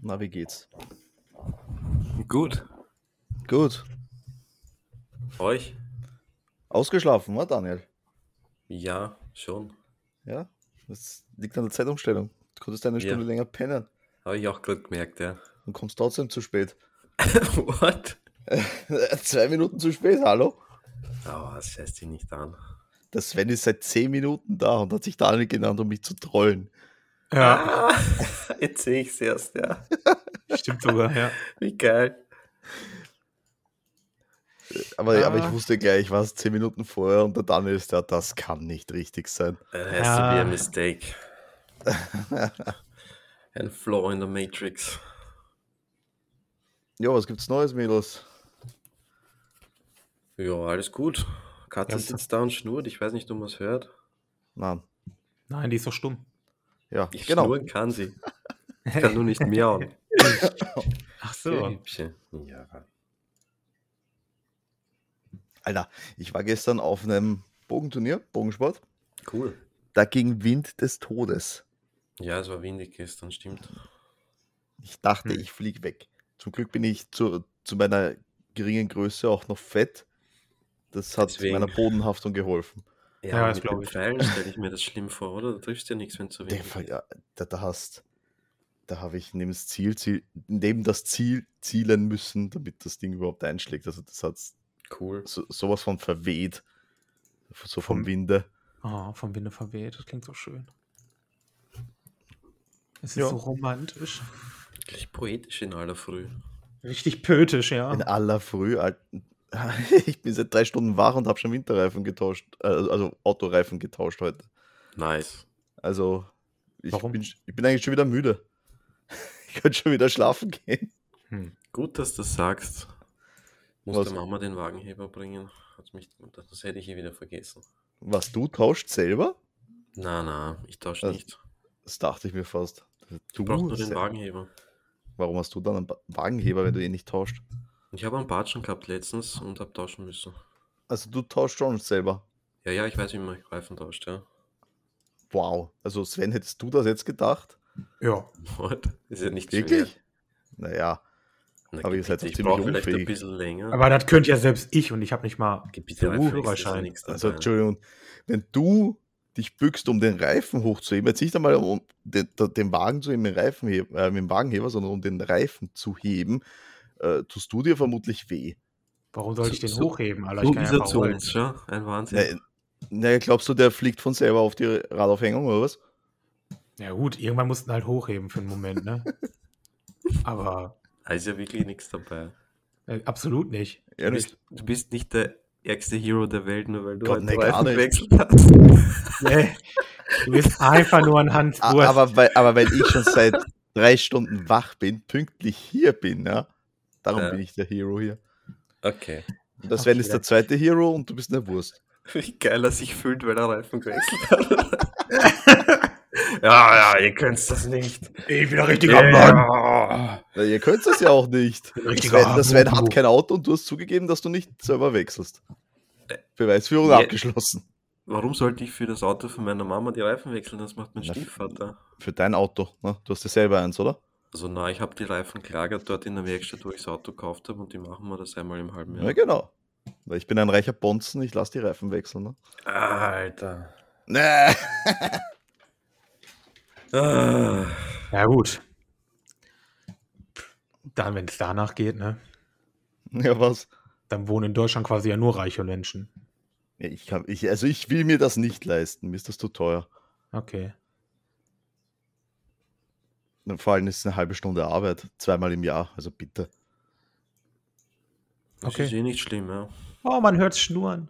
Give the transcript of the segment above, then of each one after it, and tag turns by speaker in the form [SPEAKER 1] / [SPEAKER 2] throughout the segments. [SPEAKER 1] Na, wie geht's?
[SPEAKER 2] Gut.
[SPEAKER 1] Gut.
[SPEAKER 2] Euch?
[SPEAKER 1] Ausgeschlafen, wa, Daniel?
[SPEAKER 2] Ja, schon.
[SPEAKER 1] Ja? Das liegt an der Zeitumstellung. Du konntest eine
[SPEAKER 2] Ja.
[SPEAKER 1] Stunde länger pennen
[SPEAKER 2] Habe ich auch gerade gemerkt, ja.
[SPEAKER 1] und kommst trotzdem zu spät.
[SPEAKER 2] What?
[SPEAKER 1] Zwei Minuten zu spät, hallo?
[SPEAKER 2] Aber Oh, das scheißt dich nicht an.
[SPEAKER 1] Der Sven ist seit zehn Minuten da und hat sich Daniel genannt, um mich zu trollen.
[SPEAKER 3] Ja,
[SPEAKER 2] Ah, jetzt sehe ich es erst, ja.
[SPEAKER 3] stimmt sogar, ja.
[SPEAKER 2] Wie geil.
[SPEAKER 1] Aber, aber ich
[SPEAKER 3] Ah.
[SPEAKER 1] wusste gleich, was zehn Minuten vorher und der Daniel ist da, das kann nicht richtig sein.
[SPEAKER 2] It has to be a
[SPEAKER 3] Ah.
[SPEAKER 2] mistake. Ein Flaw in the Matrix.
[SPEAKER 1] Jo, was gibt's Neues, Mädels?
[SPEAKER 2] Ja, alles gut. Katze
[SPEAKER 3] Ganz-
[SPEAKER 2] sitzt da und schnurrt. Ich weiß nicht, ob man es hört.
[SPEAKER 1] Nein.
[SPEAKER 3] Nein, die ist doch stumm.
[SPEAKER 1] Ja,
[SPEAKER 2] Ich
[SPEAKER 1] genau.
[SPEAKER 2] Schnurren kann sie. Ich kann nur nicht miauen.
[SPEAKER 3] Ach
[SPEAKER 2] Ihr
[SPEAKER 3] so.
[SPEAKER 2] Hübsche. Ja.
[SPEAKER 1] Alter, ich war gestern auf einem Bogenturnier, Bogensport.
[SPEAKER 2] Cool.
[SPEAKER 1] Da ging Wind des Todes.
[SPEAKER 2] Ja, es war windig gestern, stimmt.
[SPEAKER 1] Ich dachte,
[SPEAKER 3] Hm.
[SPEAKER 1] ich fliege weg. Zum Glück bin ich zu, zu meiner geringen Größe auch noch fett. Das hat
[SPEAKER 2] Deswegen.
[SPEAKER 1] meiner Bodenhaftung geholfen.
[SPEAKER 3] Ja,
[SPEAKER 2] aber
[SPEAKER 3] das
[SPEAKER 2] mit
[SPEAKER 3] glaub
[SPEAKER 2] den
[SPEAKER 3] ich.
[SPEAKER 2] Pfeilen stelle ich mir das schlimm vor, oder? Da triffst du ja nichts, wenn es so
[SPEAKER 1] Der
[SPEAKER 2] windig
[SPEAKER 1] Fall, ja, da, da hast, da habe ich neben das Ziel, Ziel, neben das Ziel zielen müssen, damit das Ding überhaupt einschlägt. Also das hat
[SPEAKER 2] Cool.
[SPEAKER 1] so, sowas von verweht, so vom
[SPEAKER 3] Vom-
[SPEAKER 1] Winde.
[SPEAKER 3] Oh, vom Winde verweht. Das klingt so schön. Es ist
[SPEAKER 1] Ja.
[SPEAKER 3] so romantisch.
[SPEAKER 2] Wirklich poetisch in aller Früh.
[SPEAKER 3] Richtig poetisch, ja.
[SPEAKER 1] In aller Früh, Al- ich bin seit drei Stunden wach und habe schon Winterreifen getauscht, äh, also Autoreifen getauscht heute.
[SPEAKER 2] Nice.
[SPEAKER 1] Also, ich,
[SPEAKER 3] Warum?
[SPEAKER 1] Bin, ich bin eigentlich schon wieder müde. Ich könnte schon wieder schlafen gehen.
[SPEAKER 3] Hm.
[SPEAKER 2] Gut, dass du das sagst. Muss
[SPEAKER 1] Was?
[SPEAKER 2] der Mama den Wagenheber bringen. Hat mich, das hätte ich hier wieder vergessen.
[SPEAKER 1] Was, du tauscht selber?
[SPEAKER 2] Na, na, ich tausche
[SPEAKER 1] Also,
[SPEAKER 2] nicht.
[SPEAKER 1] Das dachte ich mir fast. Du
[SPEAKER 2] Ich brauche nur den
[SPEAKER 1] sel-
[SPEAKER 2] Wagenheber.
[SPEAKER 1] Warum hast du dann einen Ba- Wagenheber, wenn du ihn nicht tauscht?
[SPEAKER 2] Und Ich habe einen Batschen gehabt letztens und habe tauschen müssen.
[SPEAKER 1] Also, du tauschst schon selber.
[SPEAKER 2] Ja, ja, ich weiß, wie man Reifen tauscht, ja.
[SPEAKER 1] Wow. Also, Sven, hättest du das jetzt gedacht?
[SPEAKER 3] Ja.
[SPEAKER 2] What? Ist ja nicht
[SPEAKER 1] Wirklich?
[SPEAKER 2] schwer.
[SPEAKER 1] Naja,
[SPEAKER 2] Na,
[SPEAKER 1] Aber ihr seid doch
[SPEAKER 2] bitte, ich
[SPEAKER 1] ziemlich
[SPEAKER 2] brauche vielleicht ein
[SPEAKER 1] unfähig.
[SPEAKER 2] bisschen länger.
[SPEAKER 3] Aber das könnt ja selbst ich und ich habe nicht mal.
[SPEAKER 2] Gebiete
[SPEAKER 3] der
[SPEAKER 2] Reifen ist
[SPEAKER 3] Führerschein.
[SPEAKER 2] ja nichts
[SPEAKER 1] also,
[SPEAKER 2] dabei.
[SPEAKER 1] Entschuldigung, wenn du dich bückst, um den Reifen hochzuheben, jetzt nicht einmal um den, den Wagen zu heben, den Reifen heben, äh, mit dem Wagenheber, sondern um den Reifen zu heben, äh, tust du dir vermutlich weh.
[SPEAKER 3] Warum sollte ich den
[SPEAKER 2] So- so-
[SPEAKER 3] hochheben, Alter?
[SPEAKER 2] So
[SPEAKER 3] ich kann
[SPEAKER 2] ist
[SPEAKER 3] ja
[SPEAKER 2] er
[SPEAKER 3] einfach
[SPEAKER 2] zu
[SPEAKER 3] holen.
[SPEAKER 2] uns, ja. Ein Wahnsinn.
[SPEAKER 1] Naja, naja, Äh, glaubst du, der fliegt von selber auf die Radaufhängung oder was?
[SPEAKER 3] Ja, gut, irgendwann mussten halt hochheben für einen Moment, ne? Aber
[SPEAKER 2] Da ist ja wirklich nichts dabei.
[SPEAKER 3] äh, absolut nicht.
[SPEAKER 2] Du
[SPEAKER 1] Ehrlich?
[SPEAKER 2] bist, du bist nicht der ärgste Hero der Welt, nur weil du
[SPEAKER 1] Gott,
[SPEAKER 2] halt
[SPEAKER 1] nee, gar
[SPEAKER 2] Reifen
[SPEAKER 1] nicht.
[SPEAKER 2] gewechselt hast.
[SPEAKER 3] Nee. Du bist einfach nur ein Hans
[SPEAKER 1] A-
[SPEAKER 3] Wurst.
[SPEAKER 1] Aber weil, aber weil ich schon seit drei Stunden wach bin, pünktlich hier bin, ja. Darum
[SPEAKER 2] Ja.
[SPEAKER 1] bin ich der Hero hier.
[SPEAKER 2] Okay.
[SPEAKER 1] Und das Sven
[SPEAKER 3] Okay,
[SPEAKER 1] ist der
[SPEAKER 3] dann-
[SPEAKER 1] zweite Hero und du bist eine Wurst.
[SPEAKER 2] Wie geil er sich fühlt, weil er Reifen gewechselt hat. ja, ja, ihr könnt das nicht.
[SPEAKER 3] ich bin ein richtiger Mann.
[SPEAKER 2] Ja.
[SPEAKER 1] Na, ihr könnt das ja auch nicht. Der
[SPEAKER 3] Richtiger
[SPEAKER 1] Sven, der Sven hat
[SPEAKER 3] Arschloch.
[SPEAKER 1] kein Auto und du hast zugegeben, dass du nicht selber wechselst. Beweisführung
[SPEAKER 2] Ja.
[SPEAKER 1] abgeschlossen.
[SPEAKER 2] Warum sollte ich für das Auto von meiner Mama die Reifen wechseln? Das macht mein
[SPEAKER 1] Na,
[SPEAKER 2] Stiefvater.
[SPEAKER 1] Für dein Auto, ne? Du hast ja selber eins, oder?
[SPEAKER 2] Also na, ich habe die Reifen gelagert dort in der Werkstatt, wo ich das Auto gekauft habe und die machen wir das einmal im halben
[SPEAKER 1] Ja,
[SPEAKER 2] Jahr.
[SPEAKER 1] genau. Na, Ich bin ein reicher Bonzen, ich lasse die Reifen wechseln. Ne?
[SPEAKER 2] Alter.
[SPEAKER 1] Nee.
[SPEAKER 2] Ah.
[SPEAKER 3] Ja, gut. Dann, wenn es danach geht, ne?
[SPEAKER 1] Ja, was?
[SPEAKER 3] Dann wohnen in Deutschland quasi ja nur reiche Menschen.
[SPEAKER 1] Ja, ich kann, ich, also ich will mir das nicht leisten, mir ist das zu teuer.
[SPEAKER 3] Okay.
[SPEAKER 1] Und Vor allem ist es eine halbe Stunde Arbeit, zweimal im Jahr, also bitte.
[SPEAKER 2] Das
[SPEAKER 3] Okay.
[SPEAKER 2] ist eh nicht schlimm, ja.
[SPEAKER 3] Oh, man hört schnurren.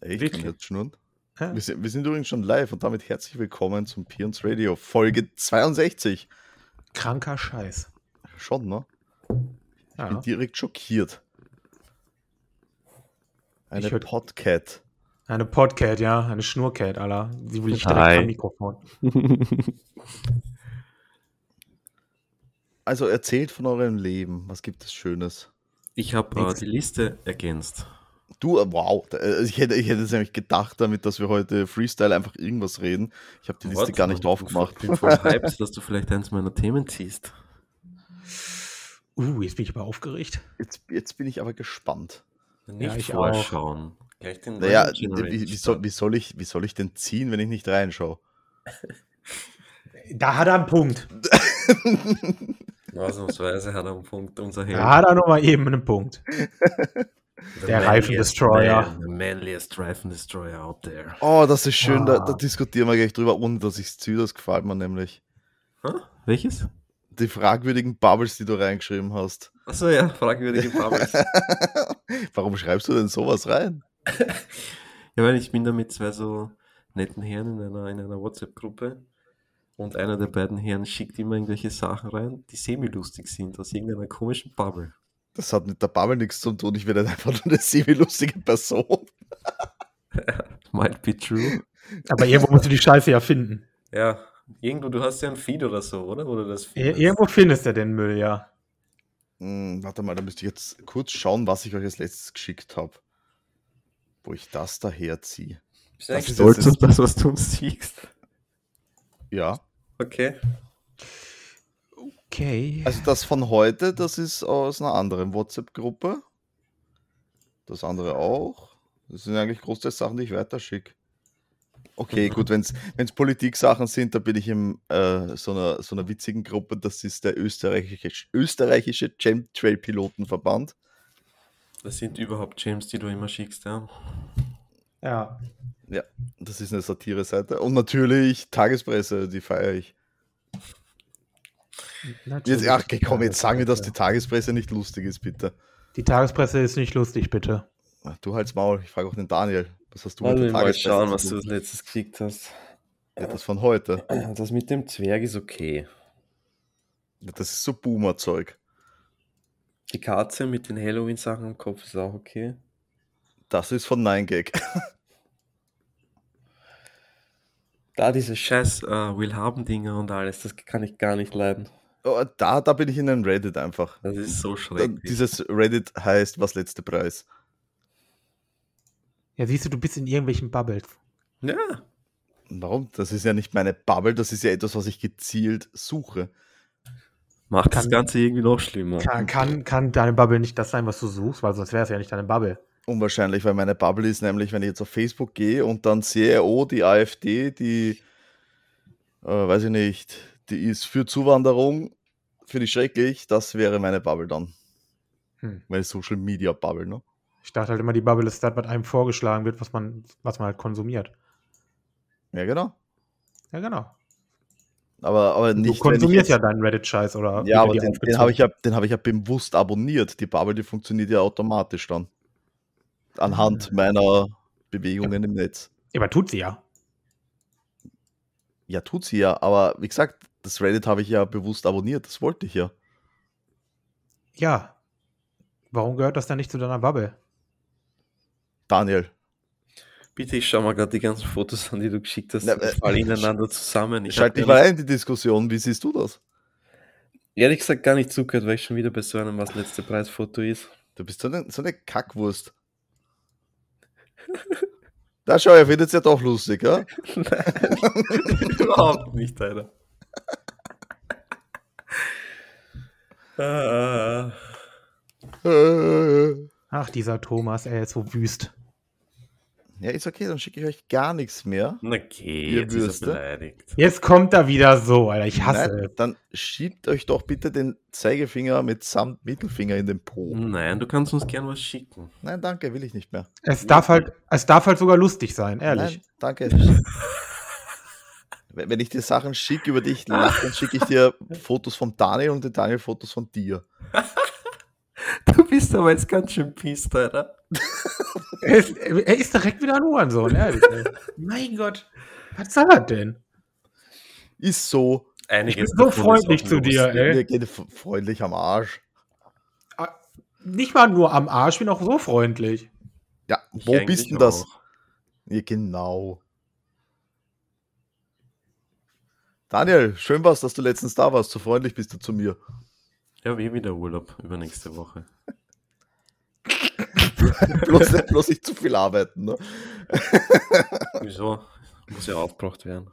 [SPEAKER 1] Ey, Ich kann
[SPEAKER 3] Wirklich?
[SPEAKER 1] jetzt schnurren.
[SPEAKER 3] Hä?
[SPEAKER 1] Wir sind, wir sind übrigens schon live und damit herzlich willkommen zum Pions Radio, Folge 62.
[SPEAKER 3] Kranker Scheiß.
[SPEAKER 1] Schon, ne? Ich bin
[SPEAKER 3] Ja.
[SPEAKER 1] direkt schockiert. Eine
[SPEAKER 3] Ich hör-
[SPEAKER 1] Podcat.
[SPEAKER 3] Eine Podcat, ja. Eine Schnurcat, Alter. Die will ich direkt
[SPEAKER 2] Hi.
[SPEAKER 3] am Mikrofon.
[SPEAKER 1] Also erzählt von eurem Leben. Was gibt es Schönes?
[SPEAKER 2] Ich habe äh,
[SPEAKER 3] Nix.
[SPEAKER 2] die Liste ergänzt.
[SPEAKER 1] Du, äh, wow. da- äh, Ich hätte, ich hätte es nämlich gedacht damit, dass wir heute Freestyle einfach irgendwas reden. Ich habe die Liste
[SPEAKER 2] What?
[SPEAKER 1] gar nicht
[SPEAKER 2] Ich bin
[SPEAKER 1] aufgemacht.
[SPEAKER 2] voll- Ich bin voll hyped, dass du vielleicht eins meiner Themen ziehst.
[SPEAKER 3] Uh, jetzt bin ich aber aufgeregt.
[SPEAKER 1] Jetzt, jetzt bin ich aber gespannt.
[SPEAKER 3] Ja,
[SPEAKER 2] Nicht
[SPEAKER 3] ich
[SPEAKER 2] vorschauen. Gleich den
[SPEAKER 1] Naja,
[SPEAKER 2] Random Generator
[SPEAKER 1] wie, wie, soll, wie, soll ich, wie soll ich denn ziehen, wenn ich nicht reinschaue?
[SPEAKER 3] Da hat er einen Punkt.
[SPEAKER 2] starten. Ausnahmsweise hat er einen Punkt, unser Held.
[SPEAKER 3] Da hat er nochmal eben einen Punkt.
[SPEAKER 2] The
[SPEAKER 3] der
[SPEAKER 2] manliest
[SPEAKER 3] Reifendestroyer.
[SPEAKER 2] Man, the manliest Reifen Destroyer out there.
[SPEAKER 1] Oh, das ist schön, da, da
[SPEAKER 3] Ah.
[SPEAKER 1] diskutieren wir gleich drüber. Und dass ich ziehe, das gefällt mir nämlich.
[SPEAKER 2] Huh? Welches?
[SPEAKER 1] Die fragwürdigen Bubbles, die du reingeschrieben hast.
[SPEAKER 2] Achso, ja, fragwürdige Bubbles.
[SPEAKER 1] Warum schreibst du denn sowas rein?
[SPEAKER 2] Ja, weil ich bin da mit zwei so netten Herren in einer, in einer WhatsApp-Gruppe und einer der beiden Herren schickt immer irgendwelche Sachen rein, die semi-lustig sind, aus irgendeiner komischen Bubble.
[SPEAKER 1] Das hat mit der Bubble nichts zu tun. Ich bin halt einfach nur eine semi-lustige Person.
[SPEAKER 2] Might be true.
[SPEAKER 3] Aber irgendwo musst du die Scheiße ja finden.
[SPEAKER 2] Ja, irgendwo, du hast ja ein Feed oder so, oder? Oder das
[SPEAKER 3] Ir- Irgendwo findest du den Müll, ja.
[SPEAKER 1] Hm, warte mal, da müsste ich jetzt kurz schauen, was ich euch als letztes geschickt habe. Wo ich das daher ziehe.
[SPEAKER 2] Bist du eigentlich
[SPEAKER 1] Das ist
[SPEAKER 2] stolz
[SPEAKER 1] jetzt-
[SPEAKER 2] auf das, was du uns siehst?
[SPEAKER 1] Ja.
[SPEAKER 2] Okay.
[SPEAKER 3] Okay.
[SPEAKER 1] Also das von heute, das ist aus einer anderen WhatsApp-Gruppe. Das andere auch. Das sind eigentlich großteils Sachen, die ich weiterschicke. Okay,
[SPEAKER 2] Mhm.
[SPEAKER 1] gut, wenn es Politik-Sachen sind, da bin ich in äh, so, einer, so einer witzigen Gruppe. Das ist der österreichische, österreichische Chemtrail-Pilotenverband.
[SPEAKER 2] Das sind überhaupt James, die du immer schickst, ja.
[SPEAKER 3] ja.
[SPEAKER 1] Das ist eine Satire-Seite. Und natürlich Tagespresse, die feiere ich. Jetzt,
[SPEAKER 3] Natürlich.
[SPEAKER 1] ach, okay, komm, jetzt sagen wir, dass die Tagespresse nicht lustig ist, bitte.
[SPEAKER 3] Die Tagespresse ist nicht lustig, bitte.
[SPEAKER 1] Ach, Du halt's Maul, ich frage auch den Daniel. Was hast du
[SPEAKER 2] Wollen wir mal
[SPEAKER 1] Tagespresse
[SPEAKER 2] schauen,
[SPEAKER 1] zu
[SPEAKER 2] was du
[SPEAKER 1] tun?
[SPEAKER 2] als letztes gekriegt hast.
[SPEAKER 1] Ja, das von heute.
[SPEAKER 2] Das mit dem Zwerg ist okay.
[SPEAKER 1] Ja, Das ist so Boomer-Zeug.
[SPEAKER 2] Die Katze mit den Halloween-Sachen am Kopf ist auch okay.
[SPEAKER 1] Das ist von 9gag.
[SPEAKER 2] Da diese scheiß äh, Will-Haben-Dinger und alles, das kann ich gar nicht leiden.
[SPEAKER 1] Oh, Da, da bin ich in einem Reddit einfach.
[SPEAKER 2] Das ist so
[SPEAKER 1] Da,
[SPEAKER 2] schrecklich.
[SPEAKER 1] dieses Reddit heißt was letzte Preis.
[SPEAKER 3] Ja, siehst du, du bist in irgendwelchen Bubbles.
[SPEAKER 2] ja,
[SPEAKER 1] Warum? Das ist ja nicht meine Bubble, das ist ja etwas, was ich gezielt suche.
[SPEAKER 2] macht das
[SPEAKER 3] Kann-
[SPEAKER 2] Ganze irgendwie noch schlimmer.
[SPEAKER 3] Kann, kann, kann deine Bubble nicht das sein, was du suchst, weil sonst wäre es ja nicht deine Bubble.
[SPEAKER 1] Unwahrscheinlich, weil meine Bubble ist nämlich, wenn ich jetzt auf Facebook gehe und dann sehe, oh, die AfD, die, äh, weiß ich nicht, die ist für Zuwanderung, finde ich schrecklich, das wäre meine Bubble dann.
[SPEAKER 3] Hm.
[SPEAKER 1] Meine Social Media Bubble, ne?
[SPEAKER 3] Ich dachte halt immer, die Bubble ist das, was einem vorgeschlagen wird, was man, was man halt konsumiert.
[SPEAKER 1] Ja, genau.
[SPEAKER 3] Ja, genau.
[SPEAKER 1] Aber, aber Also
[SPEAKER 3] Du
[SPEAKER 1] nicht. wenn ich
[SPEAKER 3] konsumierst
[SPEAKER 1] jetzt-
[SPEAKER 3] ja deinen Reddit-Scheiß
[SPEAKER 2] Ah,
[SPEAKER 3] oder.
[SPEAKER 1] Ja, aber
[SPEAKER 3] wird dir
[SPEAKER 1] den, den
[SPEAKER 3] aufgezwungen.
[SPEAKER 1] habe ich, ja, den hab ich ja bewusst abonniert. Die Bubble, die funktioniert ja automatisch dann. Anhand meiner Bewegungen im Netz.
[SPEAKER 3] Ja, Aber tut sie ja.
[SPEAKER 1] Ja, tut sie ja, aber wie gesagt, das Reddit habe ich ja bewusst abonniert. Das wollte ich ja.
[SPEAKER 3] Ja. Warum gehört das dann nicht zu deiner Bubble?
[SPEAKER 1] Daniel.
[SPEAKER 2] Bitte, ich schau mal gerade die ganzen Fotos an, die du geschickt hast.
[SPEAKER 1] Na,
[SPEAKER 2] die
[SPEAKER 1] äh,
[SPEAKER 2] fallen ineinander zusammen. Ich
[SPEAKER 1] Schalt
[SPEAKER 2] hab
[SPEAKER 1] dich
[SPEAKER 2] gar
[SPEAKER 1] mal
[SPEAKER 2] nicht,
[SPEAKER 1] ein in die Diskussion. Wie siehst du das?
[SPEAKER 2] ehrlich gesagt gar nicht zugehört, weil ich schon wieder bei so einem was letzte Preisfoto ist.
[SPEAKER 1] Du bist so eine, so eine Kackwurst. Da schau, ihr findet es ja doch lustig, ja?
[SPEAKER 2] Überhaupt nicht, Alter. Ah, ah, ah.
[SPEAKER 1] Äh.
[SPEAKER 3] Ach, dieser Thomas, er ist so wüst.
[SPEAKER 1] Ja, ist okay, dann schicke ich euch gar nichts mehr.
[SPEAKER 2] Na okay,
[SPEAKER 1] Ihr
[SPEAKER 2] jetzt ist
[SPEAKER 1] Würste.
[SPEAKER 2] er beleidigt.
[SPEAKER 3] Jetzt kommt er wieder so, Alter. Ich hasse
[SPEAKER 1] Nein,
[SPEAKER 3] es.
[SPEAKER 1] dann schiebt euch doch bitte den Zeigefinger mitsamt Mittelfinger in den Po.
[SPEAKER 3] Mhm.
[SPEAKER 2] Nein, du kannst uns gern was schicken.
[SPEAKER 1] Nein, danke, will ich nicht mehr.
[SPEAKER 3] Es darf halt, es darf halt sogar lustig sein, ehrlich.
[SPEAKER 1] Nein, danke. Wenn wenn ich dir Sachen schicke, über die ich lache, dann schicke ich dir Fotos von Daniel und den Daniel Fotos von dir.
[SPEAKER 2] Du bist aber jetzt ganz schön pisst, Alter.
[SPEAKER 3] Er ist, er ist direkt wieder ein Uhrensohn, ehrlich. ey. mein Gott. Was soll er denn?
[SPEAKER 1] Ist so.
[SPEAKER 3] Ich
[SPEAKER 2] Einiges
[SPEAKER 3] bin so
[SPEAKER 2] davon ist
[SPEAKER 3] freundlich
[SPEAKER 2] auch
[SPEAKER 3] zu
[SPEAKER 2] los.
[SPEAKER 3] dir,
[SPEAKER 1] Wir
[SPEAKER 3] ey.
[SPEAKER 1] gehen f- freundlich am Arsch.
[SPEAKER 3] Ah, Nicht mal nur am Arsch, ich bin auch so freundlich.
[SPEAKER 1] Ja,
[SPEAKER 2] Ich
[SPEAKER 1] wo
[SPEAKER 2] eigentlich
[SPEAKER 1] bist denn das?
[SPEAKER 2] auch.
[SPEAKER 1] Ja, genau. Daniel, schön war's, dass du letztens da warst. So freundlich bist du zu mir.
[SPEAKER 2] Ja, wir wieder Urlaub übernächste Woche.
[SPEAKER 1] Bloß, bloß nicht zu viel arbeiten. Ne?
[SPEAKER 2] Wieso? Muss ja aufgebracht werden.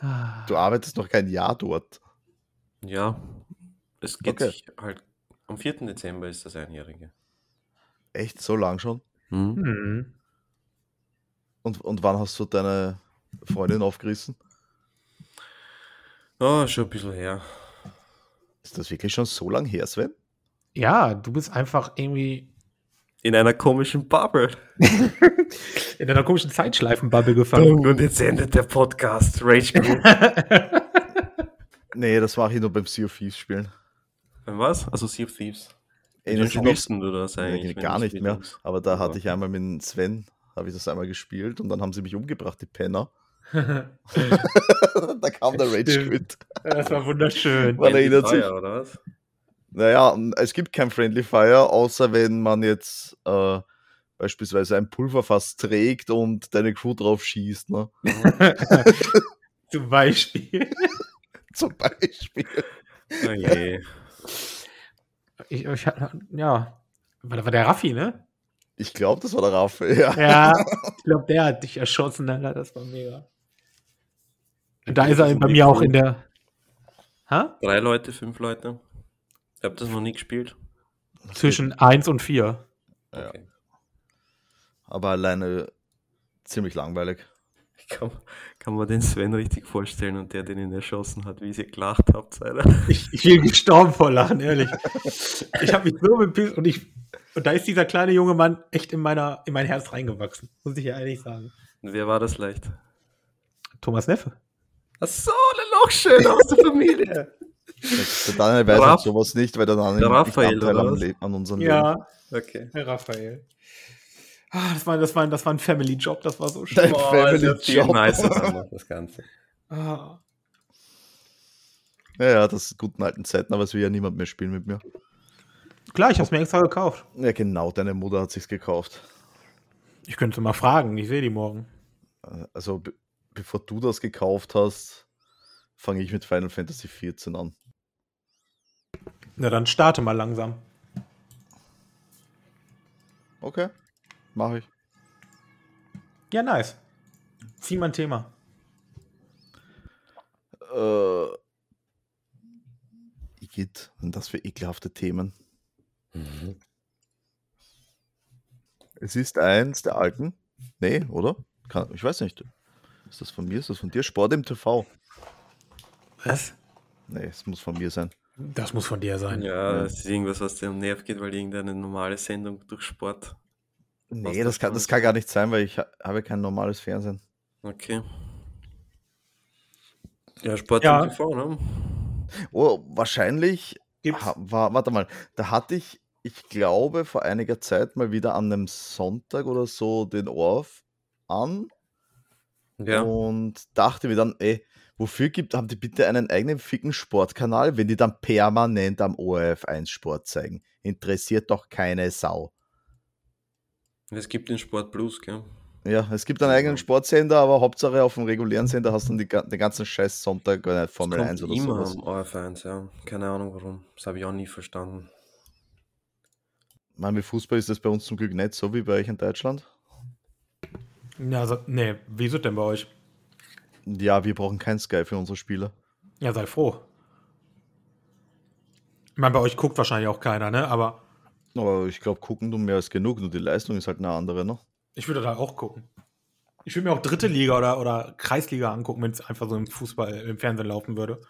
[SPEAKER 3] Ah,
[SPEAKER 1] Du arbeitest noch kein Jahr dort.
[SPEAKER 2] Ja, es geht
[SPEAKER 1] Okay.
[SPEAKER 2] sich halt. Am 4. Dezember ist das Einjährige.
[SPEAKER 1] Echt so lang schon?
[SPEAKER 2] Mhm.
[SPEAKER 3] Hm.
[SPEAKER 1] Und, und wann hast du deine Freundin aufgerissen?
[SPEAKER 2] Ah, schon ein bisschen her.
[SPEAKER 1] Ist das wirklich schon so lang her, Sven?
[SPEAKER 3] Ja, du bist einfach irgendwie
[SPEAKER 2] In einer komischen Bubble.
[SPEAKER 3] in einer komischen Zeitschleifenbubble gefangen.
[SPEAKER 2] Und jetzt endet der Podcast. Rage Quit.
[SPEAKER 1] Nee, das mache ich nur beim Sea of Thieves spielen.
[SPEAKER 2] Was? Also Sea of Thieves.
[SPEAKER 1] Ey,
[SPEAKER 2] Wie
[SPEAKER 1] das sind noch-
[SPEAKER 2] spielst denn du das
[SPEAKER 1] Nee,
[SPEAKER 2] eigentlich? wenn
[SPEAKER 1] gar
[SPEAKER 2] du
[SPEAKER 1] nicht
[SPEAKER 2] spielen
[SPEAKER 1] mehr.
[SPEAKER 2] musst?
[SPEAKER 1] Aber da
[SPEAKER 2] Aber-
[SPEAKER 1] hatte ich einmal mit dem Sven, habe ich das einmal gespielt und dann haben sie mich umgebracht, die Penner. da kam der Rage
[SPEAKER 3] Stimmt.
[SPEAKER 1] Quit.
[SPEAKER 3] das war wunderschön.
[SPEAKER 1] Man erinnert
[SPEAKER 2] Friendly
[SPEAKER 1] sich.
[SPEAKER 2] Fire, Oder was?
[SPEAKER 1] Naja, es gibt kein Friendly Fire, außer wenn man jetzt äh, beispielsweise ein Pulverfass trägt und deine Crew drauf schießt. Ne?
[SPEAKER 3] Zum Beispiel.
[SPEAKER 1] Zum Beispiel.
[SPEAKER 2] Oh je.
[SPEAKER 3] Ich, ich, ja. War, war der Raffi, ne?
[SPEAKER 1] Ich glaube, das war der Raphael. Ja.
[SPEAKER 3] Ja, ich glaube, der hat dich erschossen, Alter. Das war mega. Und da ist er bei mir auch in der. Ha?
[SPEAKER 2] Drei Leute, fünf Leute. Ich habe das noch nie gespielt.
[SPEAKER 3] Zwischen 1 und 4.
[SPEAKER 1] Ja.
[SPEAKER 2] Okay.
[SPEAKER 1] Aber alleine ziemlich langweilig.
[SPEAKER 2] Kann, kann man den Sven richtig vorstellen und der, den ihn erschossen hat, wie ihr gelacht habt, Alter.
[SPEAKER 3] Ich, ich bin gestorben vor Lachen, ehrlich. Ich habe mich so bepisst und ich. Und da ist dieser kleine junge Mann echt in, meiner, in mein Herz reingewachsen. Muss ich ja ehrlich sagen.
[SPEAKER 2] Und wer war das leicht?
[SPEAKER 3] Thomas Neffe.
[SPEAKER 2] Ach so, der Lochschön aus der Familie.
[SPEAKER 1] Der Daniel weiß
[SPEAKER 2] Raff-
[SPEAKER 1] halt sowas nicht, weil der Daniel
[SPEAKER 2] Der
[SPEAKER 1] nicht
[SPEAKER 2] Raphael,
[SPEAKER 1] Anteil
[SPEAKER 2] oder
[SPEAKER 1] am
[SPEAKER 2] was?
[SPEAKER 1] Le- an unserem Leben.
[SPEAKER 3] Ja,
[SPEAKER 2] Okay.
[SPEAKER 3] Herr Raphael. Ah, das, war, das, war, das war ein Family-Job, das war so
[SPEAKER 1] Dein
[SPEAKER 3] schön.
[SPEAKER 1] Family
[SPEAKER 2] Oh, ist ja viel
[SPEAKER 1] Job.
[SPEAKER 2] nicer dann noch das Ganze.
[SPEAKER 3] Ah.
[SPEAKER 1] Ja, ja, das sind guten alten Zeiten, aber es will ja niemand mehr spielen mit mir.
[SPEAKER 3] Klar, ich habe es mir extra gekauft.
[SPEAKER 1] Ja, genau, deine Mutter hat sich's gekauft.
[SPEAKER 3] Ich könnte mal fragen, ich sehe die morgen.
[SPEAKER 1] Äh, Also be bevor du das gekauft hast, fange ich mit Final Fantasy 14 an.
[SPEAKER 3] Na, dann starte mal langsam.
[SPEAKER 1] Okay, mache ich.
[SPEAKER 3] Ja, nice. Zieh mal ein Thema.
[SPEAKER 1] Äh, Igitt, und das für ekelhafte Themen. Mhm. Es ist eins der alten. Nee, oder? Kann, ich weiß nicht. Ist das von mir? Ist das von dir? Sport im TV.
[SPEAKER 3] Was?
[SPEAKER 1] Nee, es muss von mir sein.
[SPEAKER 3] Das muss von dir sein.
[SPEAKER 2] Ja,
[SPEAKER 1] Ja.
[SPEAKER 2] das ist irgendwas, was dir am Nerv geht, weil irgendeine normale Sendung durch Sport.
[SPEAKER 1] Nee, das kann, das kann gar nicht sein, weil ich ha- habe kein normales Fernsehen.
[SPEAKER 2] Okay. Ja, Sport
[SPEAKER 3] Ja.
[SPEAKER 2] im TV, ne?
[SPEAKER 1] Oh, wahrscheinlich
[SPEAKER 3] Gibt's?
[SPEAKER 1] Ha- War, warte mal, da hatte ich, ich glaube, vor einiger Zeit mal wieder an einem Sonntag oder so den Orf an
[SPEAKER 2] Ja.
[SPEAKER 1] Oh. und dachte mir dann, ey, wofür gibt, haben die bitte einen eigenen ficken Sportkanal, wenn die dann permanent am ORF 1 Sport zeigen? Interessiert doch keine Sau.
[SPEAKER 2] Es gibt den Sport Plus, gell?
[SPEAKER 1] Ja, es gibt einen
[SPEAKER 2] Genau.
[SPEAKER 1] eigenen Sportsender, aber Hauptsache auf dem regulären Sender hast du dann die, ga- den ganzen Scheiß Sonntag, äh, Formel
[SPEAKER 2] kommt
[SPEAKER 1] 1 oder
[SPEAKER 2] immer
[SPEAKER 1] sowas.
[SPEAKER 2] am ORF 1, ja. Keine Ahnung warum. Das habe ich auch nie verstanden.
[SPEAKER 1] Mann, mit Fußball ist das bei uns zum Glück nicht so wie bei euch in Deutschland.
[SPEAKER 3] Ja, so, nee, wieso denn bei euch?
[SPEAKER 1] Ja, wir brauchen kein Sky für unsere Spieler.
[SPEAKER 3] Ja, sei froh. Ich meine, bei euch guckt wahrscheinlich auch keiner, ne? Aber
[SPEAKER 1] Aber ich glaube, gucken du mehr als genug, nur die Leistung ist halt eine andere, ne?
[SPEAKER 3] ich würde da auch gucken. Ich würde mir auch dritte Liga oder, oder Kreisliga angucken, wenn es einfach so im Fußball, im Fernsehen laufen würde.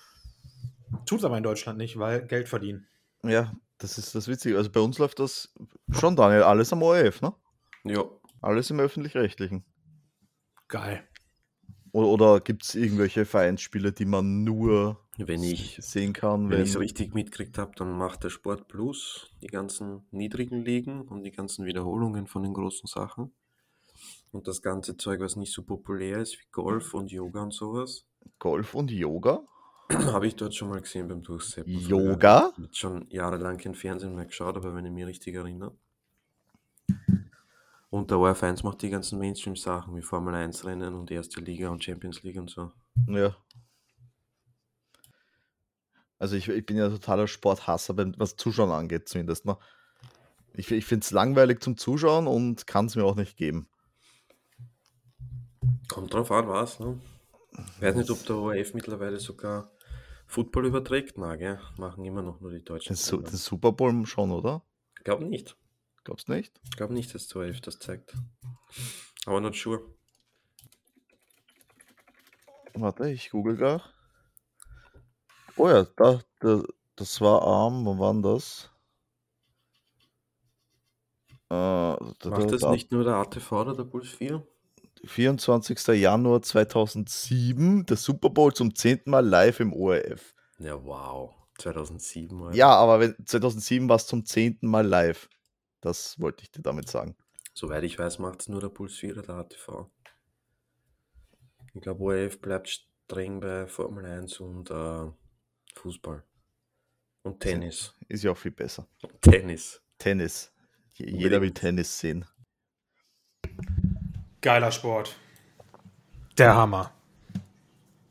[SPEAKER 3] Tut's aber in Deutschland nicht, weil Geld verdienen.
[SPEAKER 1] Ja, das ist das Witzige. Also bei uns läuft das schon, Daniel, alles am ORF, ne?
[SPEAKER 2] Ja.
[SPEAKER 1] Alles im Öffentlich-Rechtlichen.
[SPEAKER 3] Geil.
[SPEAKER 1] Oder, oder gibt es irgendwelche Vereinsspiele, die man nur
[SPEAKER 2] Wenn ich
[SPEAKER 1] sehen kann,
[SPEAKER 2] Wenn
[SPEAKER 1] wenn.
[SPEAKER 2] ich es richtig mitgekriegt habe, dann macht der Sport Plus die ganzen niedrigen Ligen und die ganzen Wiederholungen von den großen Sachen. Und das ganze Zeug, was nicht so populär ist, wie Golf und Yoga und sowas,
[SPEAKER 1] Golf und Yoga?
[SPEAKER 2] habe ich dort schon mal gesehen beim Durchseppen. früher.
[SPEAKER 1] Yoga?
[SPEAKER 2] Ich habe schon jahrelang kein Fernsehen mehr geschaut, aber wenn ich mich richtig erinnere. Und der ORF 1 macht die ganzen Mainstream-Sachen wie Formel 1 Rennen und Erste Liga und Champions League und so.
[SPEAKER 1] Ja. Also ich, ich bin ja totaler Sporthasser, beim- was Zuschauen angeht, zumindest. Ne? Ich, ich finde es langweilig zum Zuschauen und kann es mir auch nicht geben.
[SPEAKER 2] Kommt drauf an, was, ne? Ich weiß nicht, ob der ORF mittlerweile sogar Football überträgt, na, gell? Machen immer noch nur die deutschen.
[SPEAKER 1] Den, Su
[SPEAKER 2] Sender.
[SPEAKER 1] den Super Bowl schon, oder?
[SPEAKER 2] Glaub nicht.
[SPEAKER 1] Glaubst nicht?
[SPEAKER 2] Glaub nicht, dass 12 das zeigt. Aber not sure.
[SPEAKER 1] Warte, ich google gar. Oh ja, da, da, das war arm. Wann war denn das? Äh, da, da,
[SPEAKER 2] Macht das
[SPEAKER 1] da,
[SPEAKER 2] nicht nur der ATV oder der Puls 4?
[SPEAKER 1] 24. Januar 2007, der Super Bowl zum zehnten Mal live im ORF.
[SPEAKER 2] Ja, wow. 2007. Alter.
[SPEAKER 1] Ja, aber wenn, 2007 war es zum zehnten Mal live. Das wollte ich dir damit sagen.
[SPEAKER 2] Soweit ich weiß, macht es nur der Puls 4 oder der ATV. Ich glaube, ORF bleibt streng bei Formel 1 und äh, Fußball. Und Tennis.
[SPEAKER 1] Ist ja auch viel besser.
[SPEAKER 2] Tennis.
[SPEAKER 1] Tennis. Je-
[SPEAKER 2] Unbedingt.
[SPEAKER 1] Jeder will Tennis sehen.
[SPEAKER 3] Geiler Sport. Der Hammer.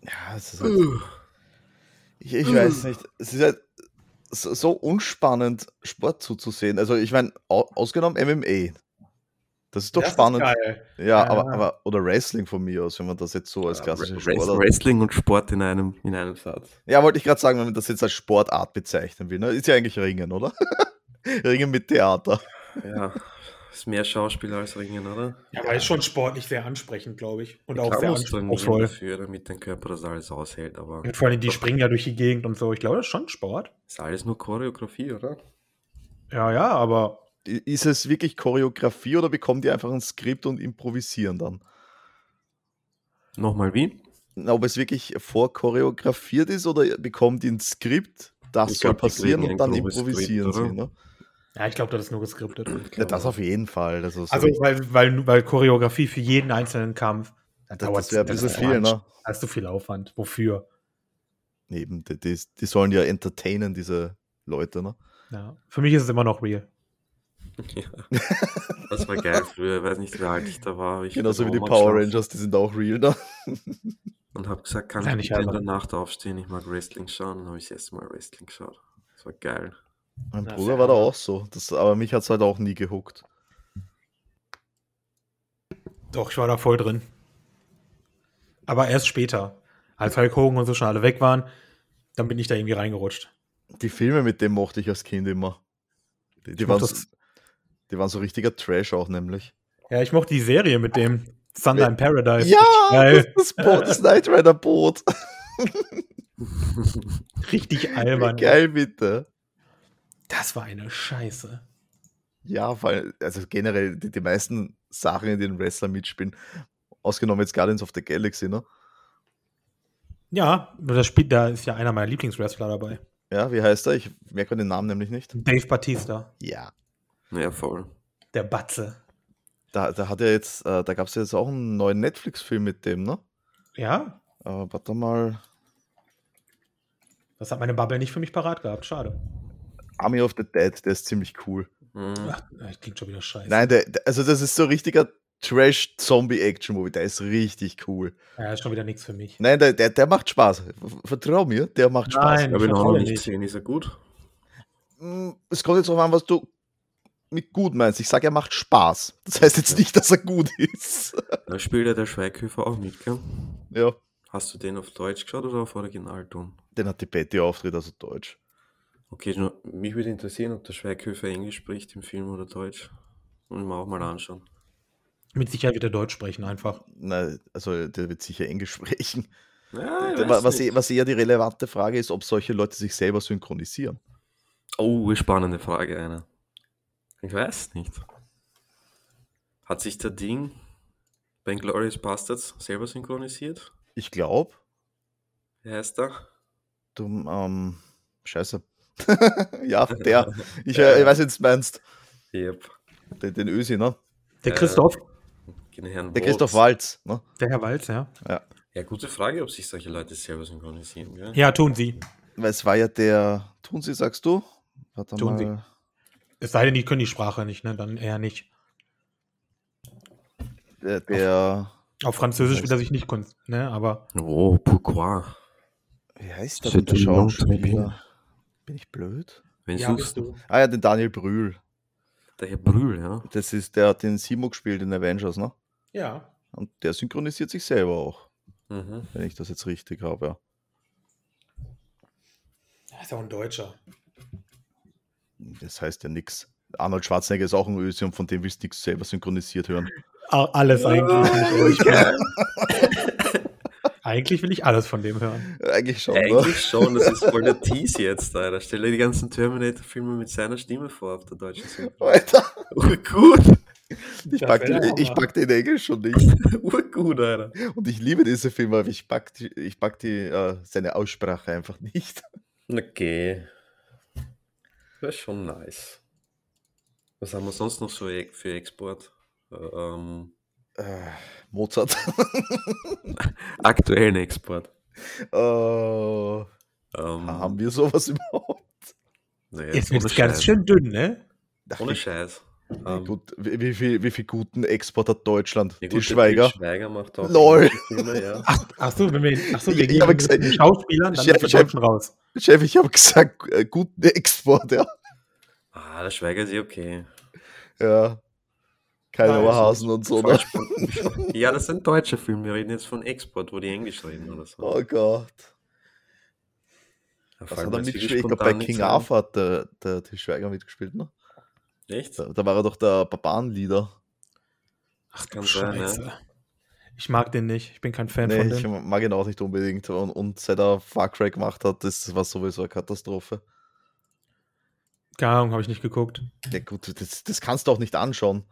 [SPEAKER 1] Ja, es
[SPEAKER 2] Äh,
[SPEAKER 1] ist halt, ich, ich weiß nicht. Es ist halt so, so unspannend, Sport zuzusehen. Also, ich meine, au, ausgenommen MMA. Das ist doch
[SPEAKER 3] Das ist
[SPEAKER 1] spannend.
[SPEAKER 3] geil.
[SPEAKER 1] ja,
[SPEAKER 3] Ja.
[SPEAKER 1] aber, aber, oder Wrestling von mir aus, wenn man das jetzt so als
[SPEAKER 2] Ja,
[SPEAKER 1] klassischen
[SPEAKER 2] Wrest-
[SPEAKER 1] Sport.
[SPEAKER 2] Wrestling und Sport in einem, in einem Satz.
[SPEAKER 1] Ja, wollte ich gerade sagen, wenn man das jetzt als Sportart bezeichnen will. Ne? Ist ja eigentlich Ringen, oder? Ringen mit Theater.
[SPEAKER 2] Ja, ist mehr Schauspieler als Ringen, oder?
[SPEAKER 3] Ja, aber ist schon sportlich sehr ansprechend, glaube ich. Und auch
[SPEAKER 2] Klar
[SPEAKER 3] sehr
[SPEAKER 2] musst du trainieren
[SPEAKER 3] anspruchsvoll.
[SPEAKER 2] dafür, damit dein Körper das alles aushält, aber
[SPEAKER 3] Und vor allem, die springen ja durch die Gegend und so. Ich glaube, das ist schon Sport.
[SPEAKER 2] ist alles nur Choreografie, oder?
[SPEAKER 3] Ja, ja, aber
[SPEAKER 1] I- Ist es wirklich Choreografie oder bekommen die einfach ein Skript und improvisieren dann?
[SPEAKER 2] Nochmal wie?
[SPEAKER 1] Na, ob es wirklich vorchoreografiert ist oder bekommt die ein Skript, das
[SPEAKER 2] Ich
[SPEAKER 1] soll
[SPEAKER 2] glaub, die
[SPEAKER 1] passieren
[SPEAKER 2] kriegen
[SPEAKER 1] und dann
[SPEAKER 2] ein grobes
[SPEAKER 1] improvisieren
[SPEAKER 2] Skript,
[SPEAKER 1] sie. Ne?
[SPEAKER 3] ja, ich glaube, das ist nur geskriptet.
[SPEAKER 1] Ja, das auf jeden Fall. Also, so
[SPEAKER 3] Genau. Also,
[SPEAKER 1] richtig-
[SPEAKER 3] weil, weil, weil Choreografie für jeden einzelnen Kampf. da
[SPEAKER 1] das,
[SPEAKER 3] dauert's-
[SPEAKER 1] das wäre ein bisschen
[SPEAKER 3] ist
[SPEAKER 1] viel,
[SPEAKER 3] Quatsch.
[SPEAKER 1] ne?
[SPEAKER 3] Da hast du viel Aufwand. Wofür?
[SPEAKER 1] Eben, die, die, die sollen ja entertainen, diese Leute, ne?
[SPEAKER 3] Ja. Für mich ist es immer noch real.
[SPEAKER 2] Ja. Das war geil früher, ich weiß nicht, wie alt ich da war. aber Ich
[SPEAKER 1] Genauso
[SPEAKER 2] hab
[SPEAKER 1] wie die
[SPEAKER 2] Oma
[SPEAKER 1] Power
[SPEAKER 2] geschlafen
[SPEAKER 1] Rangers, die sind auch real, ne?
[SPEAKER 2] Und habe gesagt, kann
[SPEAKER 3] Ja,
[SPEAKER 2] ich
[SPEAKER 3] nicht
[SPEAKER 2] bitte in der
[SPEAKER 3] albern.
[SPEAKER 2] Nacht aufstehen, ich mag Wrestling schauen. Dann habe ich das erste Mal Wrestling geschaut. Das war geil.
[SPEAKER 1] Mein
[SPEAKER 3] Na,
[SPEAKER 1] Bruder
[SPEAKER 3] fair.
[SPEAKER 1] war da auch so. Das, aber mich hat es halt auch nie gehuckt.
[SPEAKER 3] Doch, ich war da voll drin. Aber erst später. Als Hulk Hogan und so schon alle weg waren, dann bin ich da irgendwie reingerutscht.
[SPEAKER 1] Die Filme mit dem mochte ich als Kind immer. Die, die,
[SPEAKER 3] Ich
[SPEAKER 1] waren,
[SPEAKER 3] mochte
[SPEAKER 1] so- die waren so richtiger Trash auch, nämlich.
[SPEAKER 3] Ja, ich mochte die Serie mit dem Thunder in Paradise.
[SPEAKER 1] ja, das,
[SPEAKER 3] geil.
[SPEAKER 1] das, Boot, das Knight Rider Boot.
[SPEAKER 3] Richtig albern.
[SPEAKER 1] Geil, bitte.
[SPEAKER 3] Das war eine Scheiße.
[SPEAKER 1] Ja, vor allem, also generell die, die meisten Sachen, in denen Wrestler mitspielen, ausgenommen jetzt Guardians of the Galaxy, ne?
[SPEAKER 3] Ja, nur das Spiel, da ist ja einer meiner Lieblingswrestler dabei.
[SPEAKER 1] Ja, wie heißt er? Ich merke den Namen nämlich nicht.
[SPEAKER 3] Dave Batista,
[SPEAKER 1] Ja.
[SPEAKER 2] Naja, voll.
[SPEAKER 3] der Batze.
[SPEAKER 1] Da, da hat er jetzt, äh, da gab es jetzt auch einen neuen Netflix-Film mit dem, ne?
[SPEAKER 3] Ja,
[SPEAKER 1] Äh, warte mal.
[SPEAKER 3] das hat meine Bubble nicht für mich parat gehabt. Schade.
[SPEAKER 1] Army of the Dead, der ist ziemlich cool.
[SPEAKER 2] Mhm.
[SPEAKER 3] Ach, das klingt schon wieder scheiße.
[SPEAKER 1] Nein, der, der, also das ist so richtiger Trash-Zombie-Action-Movie, der ist richtig cool.
[SPEAKER 3] Ja, ist schon wieder nichts für mich.
[SPEAKER 1] Nein, der, der, der macht Spaß. V- Vertrau mir, der macht Spaß.
[SPEAKER 2] Ich
[SPEAKER 3] Nein.
[SPEAKER 2] habe ihn
[SPEAKER 3] Ich
[SPEAKER 2] auch
[SPEAKER 3] hab
[SPEAKER 2] noch
[SPEAKER 3] ihn
[SPEAKER 2] nicht
[SPEAKER 3] nicht.
[SPEAKER 2] gesehen. Ist er gut?
[SPEAKER 1] Mm, Es kommt jetzt darauf an, was du mit gut meinst. Ich sage, er macht Spaß. Das heißt jetzt nicht, dass er gut ist.
[SPEAKER 2] Da spielt ja der Schweighöfer auch mit, gell?
[SPEAKER 1] Ja,
[SPEAKER 2] Hast du den auf Deutsch geschaut oder auf Originalton?
[SPEAKER 1] den hat die Betty Auftritt, also Deutsch.
[SPEAKER 2] Okay, nur, mich würde interessieren, ob der Schweighöfer Englisch spricht im Film oder Deutsch. Und mal auch mal anschauen.
[SPEAKER 3] Mit Sicherheit wird er Deutsch sprechen einfach.
[SPEAKER 1] Nein, also der wird sicher Englisch sprechen.
[SPEAKER 2] Ja, ich
[SPEAKER 1] Wa-
[SPEAKER 2] weiß
[SPEAKER 1] Was,
[SPEAKER 2] nicht.
[SPEAKER 1] e- was eher die relevante Frage ist, ob solche Leute sich selber synchronisieren.
[SPEAKER 2] Oh, spannende Frage, eine. Ich weiß nicht. Hat sich der Ding bei Glorious Bastards selber synchronisiert?
[SPEAKER 1] Ich glaube,
[SPEAKER 2] Wie heißt er?
[SPEAKER 1] du, ähm, scheiße. ja, der. Ich, äh, ich weiß, jetzt meinst.
[SPEAKER 2] Yep.
[SPEAKER 1] Den, den Ösi, ne?
[SPEAKER 3] Der
[SPEAKER 2] Äh,
[SPEAKER 3] Christoph,
[SPEAKER 2] Den Herrn
[SPEAKER 1] Der
[SPEAKER 2] Waltz.
[SPEAKER 1] Christoph Walz, ne?
[SPEAKER 3] der Herr Walz, ja.
[SPEAKER 2] Ja, gute Frage, ob sich solche Leute selber synchronisieren. Gell?
[SPEAKER 3] Ja, tun sie.
[SPEAKER 1] Weil es war ja der Tunsi, sagst du? Warte
[SPEAKER 3] Tunsi.
[SPEAKER 1] mal.
[SPEAKER 3] Es sei denn, die können die Sprache nicht, ne? Dann eher nicht.
[SPEAKER 1] Der, der
[SPEAKER 3] Auf Französisch will er sich nicht kunst, ne? Aber
[SPEAKER 2] Oh, pourquoi?
[SPEAKER 1] wie heißt der
[SPEAKER 2] C'est
[SPEAKER 1] denn, der
[SPEAKER 2] une longue
[SPEAKER 1] Schauspieler? Bin ich blöd?
[SPEAKER 2] Wenn
[SPEAKER 3] ja,
[SPEAKER 2] suchst,
[SPEAKER 3] bist du.
[SPEAKER 1] Ah ja, den Daniel Brühl.
[SPEAKER 2] der Herr Brühl, ja.
[SPEAKER 1] Das ist der, hat den Simo gespielt in Avengers, ne?
[SPEAKER 3] Ja.
[SPEAKER 1] Und der synchronisiert sich selber auch,
[SPEAKER 2] Mhm.
[SPEAKER 1] wenn ich das jetzt richtig habe. Ja.
[SPEAKER 3] Ist auch ein Deutscher.
[SPEAKER 1] Das heißt ja nichts. Arnold Schwarzenegger ist auch ein Ösi und von dem willst du nichts selber synchronisiert hören.
[SPEAKER 3] Alles
[SPEAKER 2] Oh,
[SPEAKER 3] eigentlich. eigentlich will ich alles von dem hören.
[SPEAKER 1] Eigentlich schon, oder?
[SPEAKER 2] Eigentlich schon, das ist voll der Tease jetzt, Alter. Stell dir die ganzen Terminator-Filme mit seiner Stimme vor auf der deutschen Synchro.
[SPEAKER 1] Alter,
[SPEAKER 2] Urgut,
[SPEAKER 1] ich
[SPEAKER 3] Das
[SPEAKER 1] pack,
[SPEAKER 3] wär der
[SPEAKER 1] den, ich
[SPEAKER 3] Hammer.
[SPEAKER 1] pack den Engel schon nicht.
[SPEAKER 2] urgut, Alter.
[SPEAKER 1] Und ich liebe diese Filme, aber ich pack, die, ich pack die, äh, seine Aussprache einfach nicht.
[SPEAKER 2] Okay. Wäre schon nice. Was haben wir sonst noch so e- für Export? Äh, Ähm,
[SPEAKER 1] Äh, Mozart.
[SPEAKER 2] aktuellen Export.
[SPEAKER 1] äh,
[SPEAKER 2] Ähm,
[SPEAKER 1] Haben wir sowas überhaupt?
[SPEAKER 2] naja,
[SPEAKER 3] Jetzt
[SPEAKER 2] ohne
[SPEAKER 3] wird es ganz
[SPEAKER 2] Scheiß.
[SPEAKER 3] schön dünn, ne?
[SPEAKER 1] Ach,
[SPEAKER 2] Ohne
[SPEAKER 1] wie-
[SPEAKER 2] Scheiß.
[SPEAKER 1] wie,
[SPEAKER 2] Ähm,
[SPEAKER 1] gut, wie, wie, viel, wie viel guten Export hat Deutschland?
[SPEAKER 2] ja gut,
[SPEAKER 1] Til
[SPEAKER 2] der
[SPEAKER 1] Schweiger.
[SPEAKER 2] Til Schweiger macht auch
[SPEAKER 1] Lol.
[SPEAKER 2] Filme, ja.
[SPEAKER 3] Ach, ach so, wenn wir, ach so,
[SPEAKER 1] Ich-
[SPEAKER 3] wir
[SPEAKER 1] ich
[SPEAKER 3] gehen
[SPEAKER 1] habe
[SPEAKER 3] mit
[SPEAKER 1] gesagt-
[SPEAKER 3] den Schauspielern, dann
[SPEAKER 1] Chef,
[SPEAKER 3] ist der
[SPEAKER 1] Chef.
[SPEAKER 3] Deutschen raus.
[SPEAKER 1] Chef, ich habe gesagt, äh, guten Export, ja.
[SPEAKER 2] Ah, der Schweiger ist eh okay.
[SPEAKER 1] ja. Keine
[SPEAKER 3] Nein,
[SPEAKER 1] Ohrhasen und so. Ne?
[SPEAKER 2] Falsch. ja, das sind deutsche Filme. Wir reden jetzt von Export, wo die Englisch reden oder so.
[SPEAKER 1] Oh Gott.
[SPEAKER 2] Da
[SPEAKER 1] Was
[SPEAKER 2] fallen
[SPEAKER 1] hat
[SPEAKER 2] mir
[SPEAKER 1] er
[SPEAKER 2] jetzt wirklich
[SPEAKER 1] mitgespielt? Ich glaube, bei
[SPEAKER 2] spontan nichts
[SPEAKER 1] King
[SPEAKER 2] ein.
[SPEAKER 1] Arthur hat der, der Til Schweiger mitgespielt, ne?
[SPEAKER 2] Echt?
[SPEAKER 1] Da, da war er doch der Barbarenlieder.
[SPEAKER 3] Ach du
[SPEAKER 2] Kann sein, ja.
[SPEAKER 3] Scheiße. Ich mag den nicht. Ich bin kein Fan
[SPEAKER 1] Nee,
[SPEAKER 3] von
[SPEAKER 1] ich
[SPEAKER 3] dem.
[SPEAKER 1] mag ihn auch nicht unbedingt. Und, und seit er Far Cry gemacht hat, das war sowieso eine Katastrophe.
[SPEAKER 3] Keine Ahnung, habe ich nicht geguckt.
[SPEAKER 1] Ja gut, das, das kannst du auch nicht anschauen.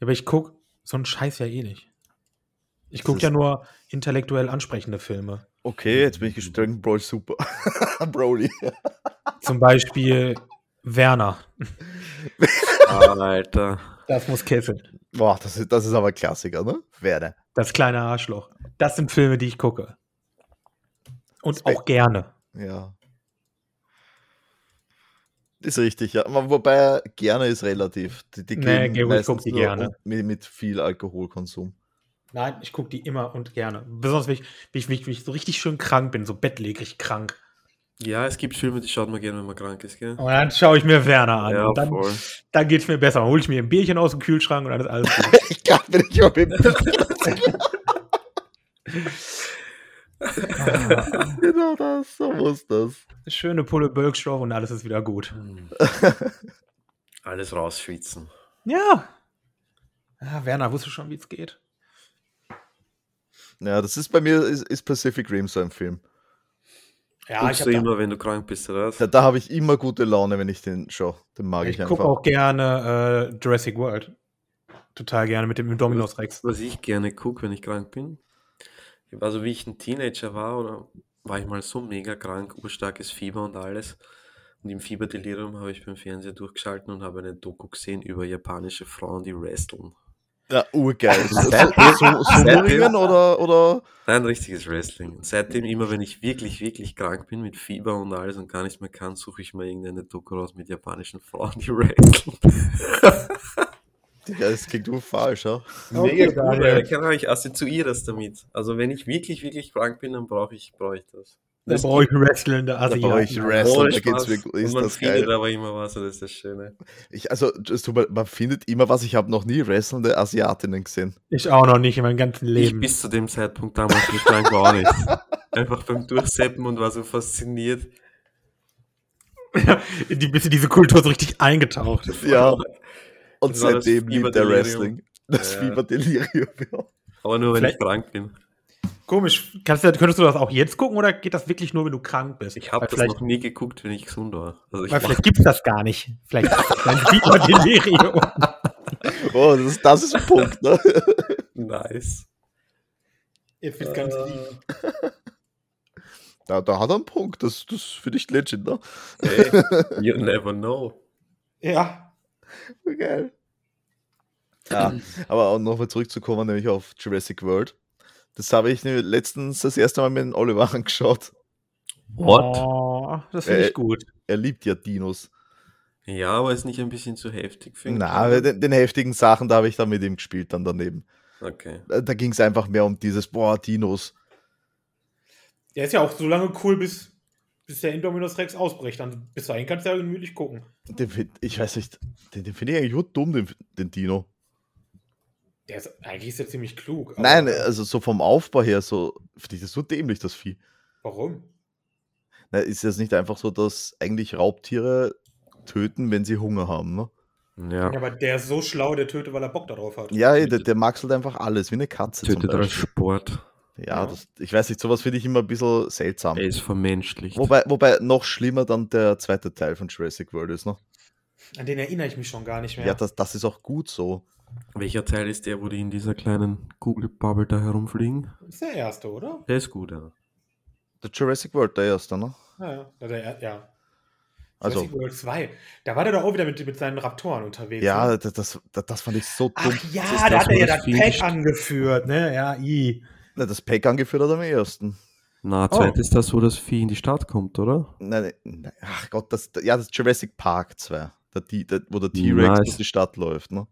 [SPEAKER 3] Ja, Aber ich guck so einen Scheiß ja eh nicht. Ich
[SPEAKER 1] Das
[SPEAKER 3] guck
[SPEAKER 1] ist-
[SPEAKER 3] ja nur intellektuell ansprechende Filme.
[SPEAKER 1] Okay, jetzt bin ich gestritten. Brawl super. Broly.
[SPEAKER 3] Zum Beispiel Werner.
[SPEAKER 2] Alter.
[SPEAKER 3] Das muss kesseln.
[SPEAKER 1] Boah, das ist, das ist aber ein Klassiker, ne? Werde.
[SPEAKER 3] Das kleine Arschloch. Das sind Filme, die ich gucke. Und
[SPEAKER 1] Respekt.
[SPEAKER 3] auch gerne.
[SPEAKER 1] Ja. Ist richtig, ja. Aber Wobei gerne ist relativ. Die, die
[SPEAKER 3] Nee,
[SPEAKER 1] gehen
[SPEAKER 3] Gero, ich guck
[SPEAKER 1] meistens
[SPEAKER 3] die
[SPEAKER 1] nur
[SPEAKER 3] gerne.
[SPEAKER 1] um- Mit, mit viel Alkoholkonsum.
[SPEAKER 3] Nein, ich gucke die immer und gerne. Besonders, wenn ich, wenn, ich, wenn ich- wenn ich so richtig schön krank bin, so bettlägerig krank.
[SPEAKER 2] Ja, es gibt Filme, die schaut man gerne, wenn man krank ist, gell?
[SPEAKER 3] Und dann schaue ich mir Werner an.
[SPEAKER 2] ja,
[SPEAKER 3] und Ah, dann,
[SPEAKER 2] voll.
[SPEAKER 3] dann geht es mir besser. Dann hole ich mir ein Bierchen aus dem Kühlschrank und dann ist alles gut.
[SPEAKER 1] Ich kann mir nicht mal mit
[SPEAKER 3] Ah,
[SPEAKER 1] Genau das, so muss das.
[SPEAKER 3] Schöne Pulle Bölkstoff und alles ist wieder gut.
[SPEAKER 2] Hm. Alles rausschwitzen.
[SPEAKER 3] Ja. Ah, Werner wusste schon, wie es geht.
[SPEAKER 1] Ja, das ist bei mir, ist, ist Pacific Rim so ein Film.
[SPEAKER 3] Ja,
[SPEAKER 2] Guckst du immer, wenn du krank bist, oder was?
[SPEAKER 1] Da, da habe ich immer gute Laune, wenn ich den schaue. Den mag ich,
[SPEAKER 3] Ich
[SPEAKER 1] einfach.
[SPEAKER 3] gucke auch gerne äh, Jurassic World. Total gerne mit dem Dominos Rex.
[SPEAKER 2] was ich gerne gucke, wenn ich krank bin. Also wie ich ein Teenager war, oder war ich mal so mega krank, urstarkes Fieber und alles. Und im Fieberdelirium habe ich beim Fernseher durchgeschalten und habe eine Doku gesehen über japanische Frauen, die wresteln.
[SPEAKER 1] Ja, urgeil. Sumo-Ringen oder, oder
[SPEAKER 2] Nein, richtiges Wrestling. Und seitdem immer, wenn ich wirklich, wirklich krank bin mit Fieber und alles und gar nichts mehr kann, suche ich mir irgendeine Doku raus mit japanischen Frauen, die wresteln.
[SPEAKER 1] Digga, das klingt nur falsch, ja.
[SPEAKER 3] Okay,
[SPEAKER 2] Mega cool,
[SPEAKER 3] Daniel.
[SPEAKER 2] Alter. Keine Ahnung, ich assoziiere das damit. Also wenn ich wirklich, wirklich krank bin, dann brauche ich, brauche ich das.
[SPEAKER 3] Da
[SPEAKER 2] Das
[SPEAKER 3] brauche ich einen wrestlende
[SPEAKER 1] Da brauche ich
[SPEAKER 3] Asiaten.
[SPEAKER 1] Wrestling,
[SPEAKER 2] Ohne
[SPEAKER 1] da geht's
[SPEAKER 2] Spaß.
[SPEAKER 1] mir gut. Ist
[SPEAKER 2] und man
[SPEAKER 1] das
[SPEAKER 2] findet
[SPEAKER 1] geil.
[SPEAKER 2] aber immer was, und das ist das Schöne.
[SPEAKER 1] Ich, also, es tut mir- man findet immer was. Ich habe noch nie wrestlende Asiatinnen gesehen.
[SPEAKER 3] Ich auch noch nicht in meinem ganzen
[SPEAKER 2] Ich
[SPEAKER 3] Leben.
[SPEAKER 2] bis zu dem Zeitpunkt damals nicht krank war auch nicht. Einfach beim Durchseppen und war so fasziniert.
[SPEAKER 3] Die bist in diese Kultur so richtig eingetaucht.
[SPEAKER 1] Ja, und
[SPEAKER 2] Das war das
[SPEAKER 1] seitdem liebt der
[SPEAKER 2] Fieberdelirium.
[SPEAKER 1] Wrestling. Das
[SPEAKER 2] Ja.
[SPEAKER 1] Fieberdelirium, ja.
[SPEAKER 2] Aber nur, wenn
[SPEAKER 3] Vielleicht-
[SPEAKER 2] ich krank bin.
[SPEAKER 3] Komisch. Kannst, du- könntest du das auch jetzt gucken oder geht das wirklich nur, wenn du krank bist?
[SPEAKER 2] Ich habe
[SPEAKER 3] Weil
[SPEAKER 2] das
[SPEAKER 3] vielleicht,
[SPEAKER 2] noch nie geguckt, wenn ich gesund war. Also ich
[SPEAKER 3] Weil
[SPEAKER 2] mach,
[SPEAKER 3] vielleicht gibt es das gar nicht. Vielleicht ist das ein Fieberdelirium.
[SPEAKER 1] Oh, das ist, das ist ein Punkt, ne?
[SPEAKER 2] nice.
[SPEAKER 3] Jetzt wird's ganz lieb.
[SPEAKER 2] Äh,
[SPEAKER 1] Da, da hat er einen Punkt. Das, das finde ich legit, ne?
[SPEAKER 2] hey, you never know.
[SPEAKER 3] Ja.
[SPEAKER 1] Geil. Ja, aber auch nochmal zurückzukommen, nämlich auf Jurassic World. Das habe ich nämlich letztens das erste Mal mit dem Oliver angeschaut.
[SPEAKER 2] What?
[SPEAKER 3] Oh, das finde
[SPEAKER 1] Äh,
[SPEAKER 3] ich gut.
[SPEAKER 1] Er liebt ja Dinos.
[SPEAKER 2] Ja, aber ist nicht ein bisschen zu heftig für ihn?
[SPEAKER 1] Na, den, den heftigen Sachen, da habe ich dann mit ihm gespielt, dann daneben.
[SPEAKER 2] Okay.
[SPEAKER 1] Äh, Da ging es einfach mehr um dieses, boah, Dinos.
[SPEAKER 3] Der ist ja auch so lange cool, bis, bis der Indominus Rex ausbricht. Dann bis dahin kannst du ja gemütlich gucken.
[SPEAKER 1] Den find, ich weiß nicht, den, den finde ich eigentlich gut dumm, den, den Dino.
[SPEAKER 3] Der ist, eigentlich ist er ziemlich klug. aber-
[SPEAKER 1] äh, Nein, also so vom Aufbau her, so, finde ich das so dämlich, das Vieh.
[SPEAKER 3] Warum?
[SPEAKER 1] Na, ist das nicht einfach so, dass eigentlich Raubtiere töten, wenn sie Hunger haben? Ne?
[SPEAKER 2] Ja.
[SPEAKER 3] Ja, aber der ist so schlau, der tötet, weil er Bock darauf hat.
[SPEAKER 1] Ja, ey, der, der mag halt einfach alles, wie eine Katze zum
[SPEAKER 2] Tötet als
[SPEAKER 1] Beispiel.
[SPEAKER 2] Sport.
[SPEAKER 1] Ja, das, ich weiß nicht, sowas finde ich immer ein bisschen seltsam.
[SPEAKER 2] Er ist vermenschlicht.
[SPEAKER 1] Wobei, wobei noch schlimmer dann der zweite Teil von Jurassic World ist, ne?
[SPEAKER 3] An den erinnere ich mich schon gar nicht
[SPEAKER 1] Ja,
[SPEAKER 3] mehr.
[SPEAKER 1] das, das ist auch gut so.
[SPEAKER 2] Welcher Teil ist der, wo die in dieser kleinen Google-Bubble da herumfliegen?
[SPEAKER 3] ist der erste, oder?
[SPEAKER 2] Der ist gut, ja.
[SPEAKER 1] Der Jurassic World, der erste, ne?
[SPEAKER 3] Ja, ja. Da Der, er- ja.
[SPEAKER 1] Also-
[SPEAKER 3] Jurassic World 2. Da war der doch auch wieder mit, mit seinen Raptoren unterwegs.
[SPEAKER 1] Ja,
[SPEAKER 3] ne?
[SPEAKER 1] das, das, das, das fand ich so dumm.
[SPEAKER 3] Ach ja,
[SPEAKER 2] das ist
[SPEAKER 3] da
[SPEAKER 2] das,
[SPEAKER 3] hat er
[SPEAKER 2] wo
[SPEAKER 3] ja
[SPEAKER 2] das
[SPEAKER 3] das
[SPEAKER 2] Vieh
[SPEAKER 3] Pack
[SPEAKER 2] gest-
[SPEAKER 3] angeführt, ne? Ja, i.
[SPEAKER 1] Na, das Pack angeführt hat am ersten. Oh.
[SPEAKER 2] Na, zweit ist das, wo das Vieh in die Stadt kommt, oder?
[SPEAKER 1] Nein, nein, ach Gott, das, ja, das Jurassic Park 2, der, T- der, wo der T-Rex
[SPEAKER 2] Nice.
[SPEAKER 1] durch die Stadt läuft. Ne?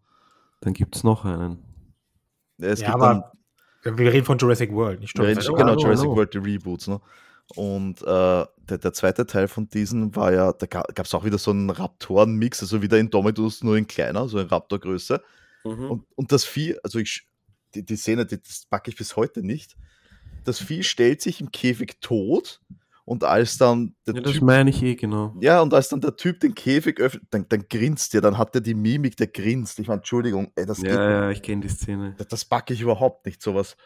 [SPEAKER 2] Dann gibt es noch einen.
[SPEAKER 1] Es
[SPEAKER 3] Ja,
[SPEAKER 1] gibt
[SPEAKER 3] aber-
[SPEAKER 1] dann,
[SPEAKER 3] Wir reden von Jurassic World, nicht
[SPEAKER 1] wir reden,
[SPEAKER 2] Hallo,
[SPEAKER 1] genau,
[SPEAKER 2] hallo,
[SPEAKER 1] Jurassic
[SPEAKER 2] hallo.
[SPEAKER 1] World, die Reboots. Ne? Und äh, der, der zweite Teil von diesen war ja, da gab es auch wieder so einen Raptoren-Mix, also wieder in Domitus, nur in kleiner, so in Raptor-Größe.
[SPEAKER 2] Mhm.
[SPEAKER 1] Und, und das Vieh, also ich, sch- die, die Szene, die, das packe ich bis heute nicht. Das Vieh stellt sich im Käfig tot und als dann der
[SPEAKER 2] Ja, das
[SPEAKER 1] Typ
[SPEAKER 2] meine ich eh, genau.
[SPEAKER 1] Ja, und als dann der Typ den Käfig öffnet, dann, dann grinst der, dann hat er die Mimik, der grinst. Ich meine, Entschuldigung, ey, das,
[SPEAKER 2] Ja, ja, ich kenne die Szene.
[SPEAKER 1] geht, das packe ich überhaupt nicht, sowas.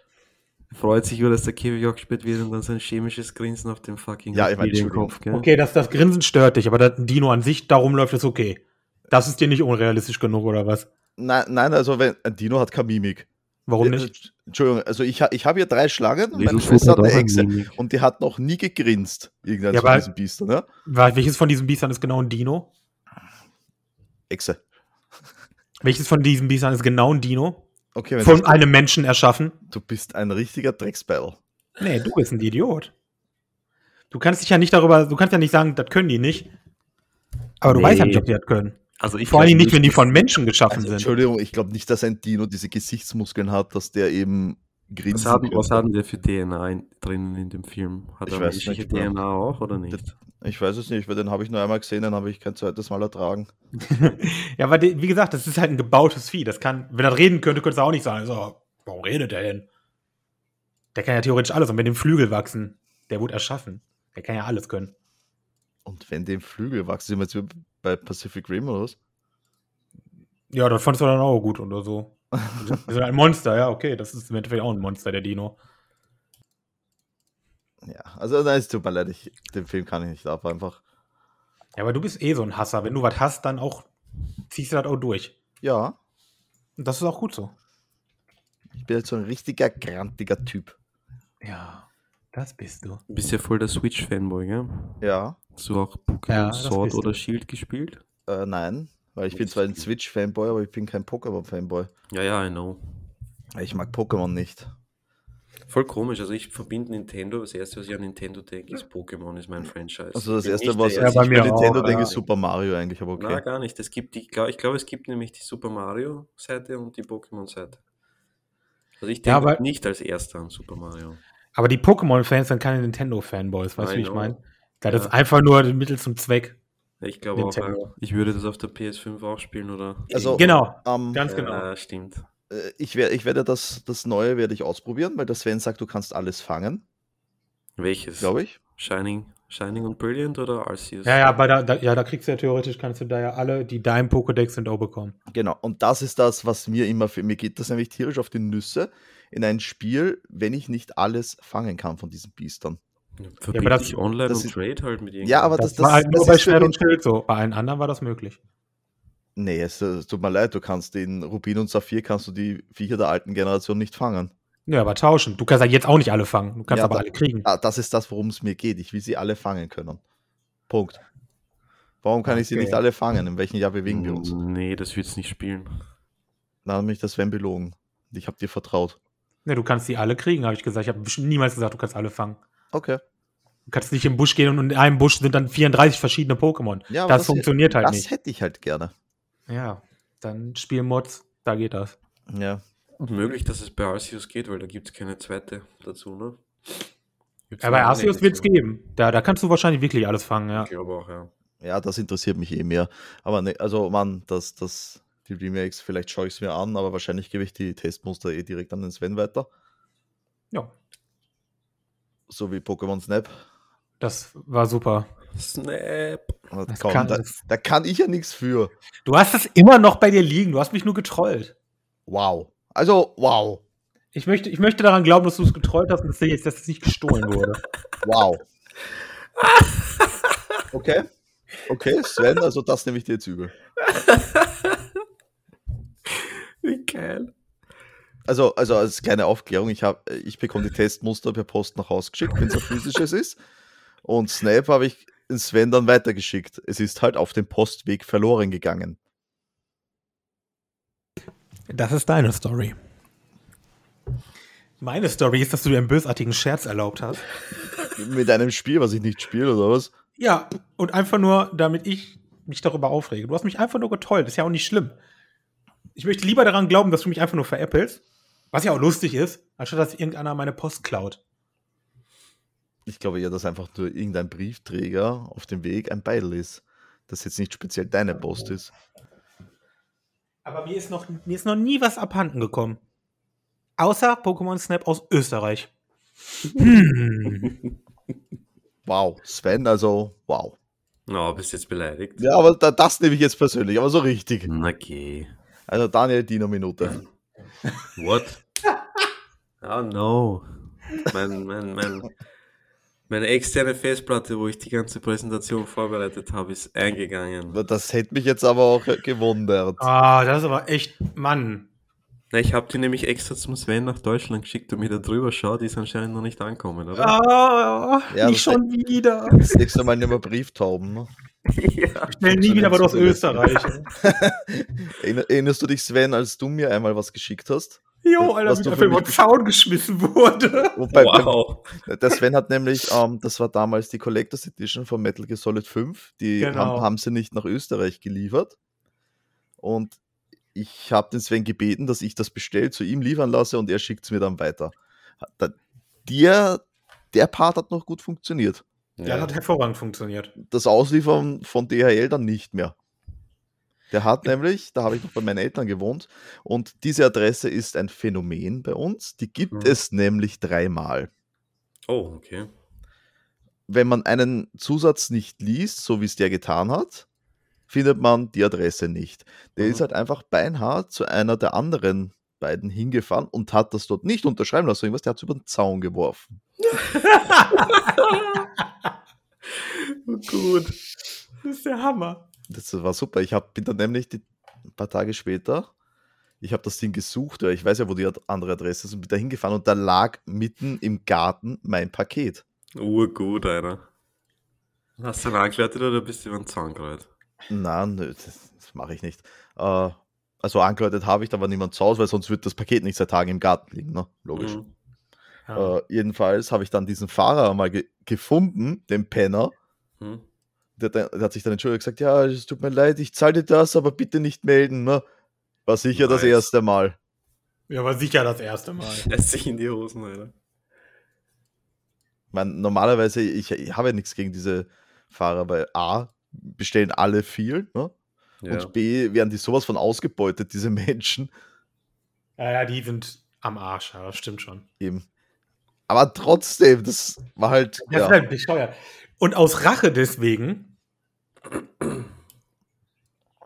[SPEAKER 2] Freut sich über, dass der Käfig auch gespielt wird und dann sein chemisches Grinsen auf dem fucking
[SPEAKER 1] Ja, ich mein,
[SPEAKER 2] Reptilien-
[SPEAKER 1] Entschuldigung.
[SPEAKER 2] Kopf, gell?
[SPEAKER 3] Okay, das, das Grinsen stört dich, aber dass ein Dino an sich darum läuft, ist okay. Das ist dir nicht unrealistisch genug, oder was?
[SPEAKER 1] Nein, nein, also wenn, ein Dino hat keine Mimik.
[SPEAKER 3] Warum
[SPEAKER 1] Ja,
[SPEAKER 3] nicht?
[SPEAKER 1] äh, Entschuldigung, also ich, ha- ich habe hier drei Schlangen und meine
[SPEAKER 2] Littlefoot
[SPEAKER 1] Schwester hat
[SPEAKER 2] auch
[SPEAKER 1] eine
[SPEAKER 2] ein
[SPEAKER 1] Echse.
[SPEAKER 2] Mimik.
[SPEAKER 1] Und die hat noch nie gegrinst, irgendein
[SPEAKER 3] Ja,
[SPEAKER 1] von
[SPEAKER 3] aber-
[SPEAKER 1] diesen Biestern, ne?
[SPEAKER 3] Weil- Welches von diesen Biestern ist genau ein Dino?
[SPEAKER 1] Echse.
[SPEAKER 3] Welches von diesen Biestern ist genau ein Dino?
[SPEAKER 1] Okay, wenn
[SPEAKER 3] Von
[SPEAKER 1] das,
[SPEAKER 3] einem Menschen erschaffen?
[SPEAKER 1] du bist ein richtiger Drecksbeil.
[SPEAKER 3] Nee, du bist ein Idiot. Du kannst dich ja nicht darüber, du kannst ja nicht sagen, das können die nicht. Aber du
[SPEAKER 2] Nee.
[SPEAKER 3] weißt ja nicht, ob die das können.
[SPEAKER 2] Also ich
[SPEAKER 3] Vor allem
[SPEAKER 2] glaub
[SPEAKER 3] nicht, wenn die von Menschen geschaffen
[SPEAKER 1] Also,
[SPEAKER 3] sind.
[SPEAKER 1] Entschuldigung, ich glaube nicht, dass ein Dino diese Gesichtsmuskeln hat, dass der eben
[SPEAKER 2] Was
[SPEAKER 1] grinsen
[SPEAKER 2] haben, was
[SPEAKER 1] könnte.
[SPEAKER 2] haben wir für DNA in, drinnen in dem Film? Hat
[SPEAKER 1] Ich
[SPEAKER 2] er
[SPEAKER 1] weiß
[SPEAKER 2] menschliche
[SPEAKER 1] nicht, ja.
[SPEAKER 2] DNA auch oder nicht?
[SPEAKER 1] Ich weiß es nicht, weil den habe ich nur einmal gesehen, den habe ich kein zweites Mal ertragen.
[SPEAKER 3] Ja, aber die- wie gesagt, das ist halt ein gebautes Vieh. Das kann, wenn er reden könnte, könnte es auch nicht sagen. So, warum redet der denn? Der kann ja theoretisch alles und mit dem Flügel wachsen. Der wurde erschaffen. Der kann ja alles können.
[SPEAKER 1] Und wenn dem Flügel wachsen, sind wir jetzt wieder bei Pacific Rim oder was?
[SPEAKER 3] Ja, das fandst du dann auch gut oder so. Das ist halt ein Monster, ja, okay. Das ist im Endeffekt auch ein Monster, der Dino.
[SPEAKER 1] Ja, also nein, es tut mir leid, ich, den Film kann ich nicht ab, einfach.
[SPEAKER 3] Ja, aber du bist eh so ein Hasser. Wenn du was hast, dann auch ziehst du das auch durch.
[SPEAKER 1] Ja,
[SPEAKER 3] Und das ist auch gut so.
[SPEAKER 1] ich bin jetzt so ein richtiger, grantiger Typ.
[SPEAKER 3] Ja, das bist du.
[SPEAKER 2] Du bist ja voll der Switch-Fanboy, gell?
[SPEAKER 1] Ja,
[SPEAKER 2] So auch Pokémon
[SPEAKER 3] Ja, das
[SPEAKER 2] Sword
[SPEAKER 3] bist du.
[SPEAKER 2] oder Shield gespielt?
[SPEAKER 1] äh, nein, weil ich bin zwar ein Switch-Fanboy, aber ich bin kein Pokémon-Fanboy.
[SPEAKER 2] Ja, ja, I know.
[SPEAKER 1] Ich mag Pokémon nicht.
[SPEAKER 2] Voll komisch, also ich verbinde Nintendo, das erste, was ich an Nintendo denke, ist Pokémon, ist mein Franchise.
[SPEAKER 1] Also das
[SPEAKER 2] Bin
[SPEAKER 1] erste,
[SPEAKER 2] nicht
[SPEAKER 1] was
[SPEAKER 2] der
[SPEAKER 3] Ja,
[SPEAKER 1] als
[SPEAKER 3] bei
[SPEAKER 1] ich
[SPEAKER 3] mir
[SPEAKER 1] bei Nintendo
[SPEAKER 3] auch,
[SPEAKER 1] denke,
[SPEAKER 3] ja.
[SPEAKER 1] ist Super Mario eigentlich, aber okay.
[SPEAKER 2] Na, gar nicht. Es gibt die, glaub, ich glaube, es gibt nämlich die Super Mario-Seite und die Pokémon-Seite. Also ich
[SPEAKER 3] Ja,
[SPEAKER 2] denke
[SPEAKER 3] aber-
[SPEAKER 2] nicht als erster an Super Mario.
[SPEAKER 3] Aber die Pokémon-Fans sind keine Nintendo-Fanboys, weißt du,
[SPEAKER 2] I
[SPEAKER 3] wie ich
[SPEAKER 2] know.
[SPEAKER 3] meine? Das ist
[SPEAKER 2] Ja.
[SPEAKER 3] einfach nur ein Mittel zum Zweck.
[SPEAKER 2] Ich glaube auch,
[SPEAKER 3] Nintendo.
[SPEAKER 2] äh, ich würde das auf der PS5 auch spielen, oder?
[SPEAKER 1] Also-
[SPEAKER 3] Genau,
[SPEAKER 1] Ähm,
[SPEAKER 3] ganz genau.
[SPEAKER 2] Ja, stimmt.
[SPEAKER 1] äh, ich, wer, ich werde das, das Neue werde ich ausprobieren, weil der Sven sagt, du kannst alles fangen,
[SPEAKER 2] Welches?
[SPEAKER 1] glaube ich.
[SPEAKER 2] Shining, Shining und Brilliant oder Arceus?
[SPEAKER 3] Ja, ja, bei da, da, ja, da kriegst du ja theoretisch, kannst du da ja alle, die dein Pokédex sind, auch bekommen.
[SPEAKER 1] Genau, und das ist das, was mir immer für mir geht, das nämlich tierisch auf die Nüsse in ein Spiel, wenn ich nicht alles fangen kann von diesen Biestern.
[SPEAKER 2] Verbind
[SPEAKER 3] das-
[SPEAKER 2] dich online
[SPEAKER 1] das
[SPEAKER 2] und
[SPEAKER 1] ist-
[SPEAKER 2] trade halt mit
[SPEAKER 1] Ja, aber das,
[SPEAKER 3] Das,
[SPEAKER 1] das,
[SPEAKER 3] war halt nur
[SPEAKER 1] das
[SPEAKER 3] bei
[SPEAKER 1] ist für
[SPEAKER 3] Schwert und
[SPEAKER 1] mich,
[SPEAKER 3] Schild so. Bei allen anderen war das möglich.
[SPEAKER 1] Nee, es äh, es tut mir leid, du kannst den Rubin und Saphir, kannst du die Viecher der alten Generation nicht fangen.
[SPEAKER 3] Ja, aber tauschen. Du kannst ja jetzt auch nicht alle fangen. Du kannst
[SPEAKER 1] Ja,
[SPEAKER 3] aber
[SPEAKER 1] da-
[SPEAKER 3] alle kriegen.
[SPEAKER 1] Ah, das ist das, worum es mir geht. Ich will sie alle fangen können. Punkt. Warum kann ich sie
[SPEAKER 3] Okay. Mhm.
[SPEAKER 1] nicht alle fangen? In welchem Jahr bewegen wir uns?
[SPEAKER 2] Nee, das wird's nicht spielen.
[SPEAKER 1] Dann hat mich das Sven belogen. Ich habe dir vertraut.
[SPEAKER 3] Ne, du kannst die alle kriegen, habe ich gesagt. Ich habe niemals gesagt, du kannst alle fangen.
[SPEAKER 1] Okay.
[SPEAKER 3] Du kannst nicht im Busch gehen und in einem Busch sind dann 34 verschiedene Pokémon.
[SPEAKER 1] Ja, aber
[SPEAKER 3] das, funktioniert halt
[SPEAKER 1] das
[SPEAKER 3] nicht.
[SPEAKER 1] hätte ich halt gerne.
[SPEAKER 3] Ja, dann spiel Mods, da geht das.
[SPEAKER 1] Ja.
[SPEAKER 2] Möglich, dass es bei Arceus geht, weil da gibt's keine zweite dazu, ne? Gibt's
[SPEAKER 3] Ja, bei
[SPEAKER 2] nur eine
[SPEAKER 3] Arceus wird es
[SPEAKER 2] dazu.
[SPEAKER 3] geben. Da, da kannst du wahrscheinlich wirklich alles fangen, ja.
[SPEAKER 2] Ich glaube auch, ja.
[SPEAKER 1] Ja, das interessiert mich eh mehr. Aber ne, also Mann, das, das, die Remakes, vielleicht schaue ich es mir an, aber wahrscheinlich gebe ich die Testmuster eh direkt an den Sven weiter.
[SPEAKER 3] Ja.
[SPEAKER 1] So wie Pokémon Snap.
[SPEAKER 3] Das war super.
[SPEAKER 2] Snap.
[SPEAKER 1] Ah,
[SPEAKER 3] Das
[SPEAKER 1] komm,
[SPEAKER 3] kann-
[SPEAKER 1] da,
[SPEAKER 3] das-
[SPEAKER 1] da kann ich ja nichts für.
[SPEAKER 3] Du hast es immer noch bei dir liegen. Du hast mich nur getrollt.
[SPEAKER 1] Wow. Also, wow.
[SPEAKER 3] Ich möchte, ich möchte daran glauben, dass du es getrollt hast und dass dir jetzt dass es nicht gestohlen wurde.
[SPEAKER 1] Wow. Okay. Okay, Sven, also das nehme ich dir jetzt übel.
[SPEAKER 2] Wie geil.
[SPEAKER 1] Also, also als kleine Aufklärung, ich, hab, äh, ich bekomme die Testmuster per Post nach Hause geschickt, wenn es ein physisches ist. Und Snap habe ich Sven dann weitergeschickt. Es ist halt auf dem Postweg verloren gegangen.
[SPEAKER 3] Das ist deine Story. Meine Story ist, dass du dir einen bösartigen Scherz erlaubt hast.
[SPEAKER 1] Mit einem Spiel, was ich nicht spiele oder was?
[SPEAKER 3] Ja, und einfach nur, damit ich mich darüber aufrege. Du hast mich einfach nur getollt. Ist ja auch nicht schlimm. Ich möchte lieber daran glauben, dass du mich einfach nur veräppelst. Was ja auch lustig ist, anstatt dass irgendeiner meine Post klaut.
[SPEAKER 1] Ich glaube eher, dass einfach nur irgendein Briefträger auf dem Weg ein Beidel ist. Das jetzt nicht speziell deine Post ist.
[SPEAKER 3] Aber mir ist noch, mir ist noch nie was abhanden gekommen. Außer Pokémon Snap aus Österreich. Hm.
[SPEAKER 1] Wow, Sven, also wow.
[SPEAKER 2] Na, bist jetzt beleidigt?
[SPEAKER 1] Ja, aber da, das nehme ich jetzt persönlich, aber so richtig.
[SPEAKER 2] Na geh.
[SPEAKER 1] Also Daniel, Dino-Minute.
[SPEAKER 2] What? oh no. Mein, mein, mein, meine externe Festplatte, wo ich die ganze Präsentation vorbereitet habe, ist eingegangen.
[SPEAKER 1] Aber Das hätte mich jetzt aber auch gewundert.
[SPEAKER 3] Ah, das ist aber echt, Mann.
[SPEAKER 2] Na, ich habe die nämlich extra zum Sven nach Deutschland geschickt, damit er drüber schaut. Die ist anscheinend noch nicht angekommen, oder?
[SPEAKER 3] Ah,
[SPEAKER 1] Ja,
[SPEAKER 3] nicht
[SPEAKER 1] das-
[SPEAKER 3] schon wieder.
[SPEAKER 1] Das nächste Mal nehmen wir Brieftauben. ne?
[SPEAKER 2] ja.
[SPEAKER 3] Schnell nie wieder, aber du aus Österreich.
[SPEAKER 1] Erinner- Erinnerst du dich, Sven, als du mir einmal was geschickt hast?
[SPEAKER 3] Jo, Alter,
[SPEAKER 1] Was
[SPEAKER 3] wie
[SPEAKER 1] du
[SPEAKER 3] der
[SPEAKER 1] für
[SPEAKER 3] Film
[SPEAKER 1] mich
[SPEAKER 3] den Zaun geschmissen wurde.
[SPEAKER 1] Und bei,
[SPEAKER 2] Wow.
[SPEAKER 1] bei, der Sven hat nämlich, ähm, das war damals die Collectors Edition von Metal Gear Solid 5. Die
[SPEAKER 3] Genau.
[SPEAKER 1] haben, haben sie nicht nach Österreich geliefert. Und ich habe den Sven gebeten, dass ich das bestellt zu ihm liefern lasse und er schickt es mir dann weiter. Hat- Da, der, der Part hat noch gut funktioniert.
[SPEAKER 3] Ja, das hat hervorragend funktioniert.
[SPEAKER 1] das Ausliefern von DHL dann nicht mehr. Der hat nämlich, da habe ich noch bei meinen Eltern gewohnt, und diese Adresse ist ein Phänomen bei uns. Die gibt
[SPEAKER 2] Mhm.
[SPEAKER 1] es nämlich dreimal.
[SPEAKER 2] Oh, okay.
[SPEAKER 1] Wenn man einen Zusatz nicht liest, so wie es der getan hat, findet man die Adresse nicht. Der
[SPEAKER 2] Mhm.
[SPEAKER 1] ist halt einfach beinhart zu einer der anderen beiden hingefahren und hat das dort nicht unterschreiben lassen. Irgendwas, der hat es über den Zaun geworfen.
[SPEAKER 3] Gut. Das ist der Hammer.
[SPEAKER 1] Das war super. Ich hab, bin dann nämlich die, ein paar Tage später, ich habe das Ding gesucht, weil ich weiß ja, wo die ad- andere Adresse ist, und bin da hingefahren und da lag mitten im Garten mein Paket.
[SPEAKER 2] Urgut, Alter. Hast du ihn angeleitet oder bist du über den Zaun gerollt?
[SPEAKER 1] Na, nö, das, das mache ich nicht. Äh, also angeläutet habe ich, da war niemand zu Hause, weil sonst würde das Paket nicht seit Tagen im Garten liegen, ne? Logisch.
[SPEAKER 2] Mhm.
[SPEAKER 3] Ja.
[SPEAKER 1] Äh, jedenfalls habe ich dann diesen Fahrer mal ge gefunden, den Penner.
[SPEAKER 2] Mhm.
[SPEAKER 1] Der, hat dann- der hat sich dann entschuldigt gesagt, ja, es tut mir leid, ich zahle dir das, aber bitte nicht melden. Ne? War sicher das
[SPEAKER 2] Nice.
[SPEAKER 1] erste Mal.
[SPEAKER 3] ja, war sicher das erste Mal.
[SPEAKER 2] Lässt sich in die Hosen, Alter.
[SPEAKER 1] Man, normalerweise, ich, ich habe ja nichts gegen diese Fahrer, weil A, bestellen alle viel ne?
[SPEAKER 2] Ja.
[SPEAKER 1] und B, werden die sowas von ausgebeutet, diese Menschen
[SPEAKER 3] Ja, ja, die sind am Arsch, ja, das stimmt schon.
[SPEAKER 1] eben. Aber trotzdem, das war halt,
[SPEAKER 3] Das
[SPEAKER 1] ja,
[SPEAKER 3] ist halt bescheuert. Und aus Rache deswegen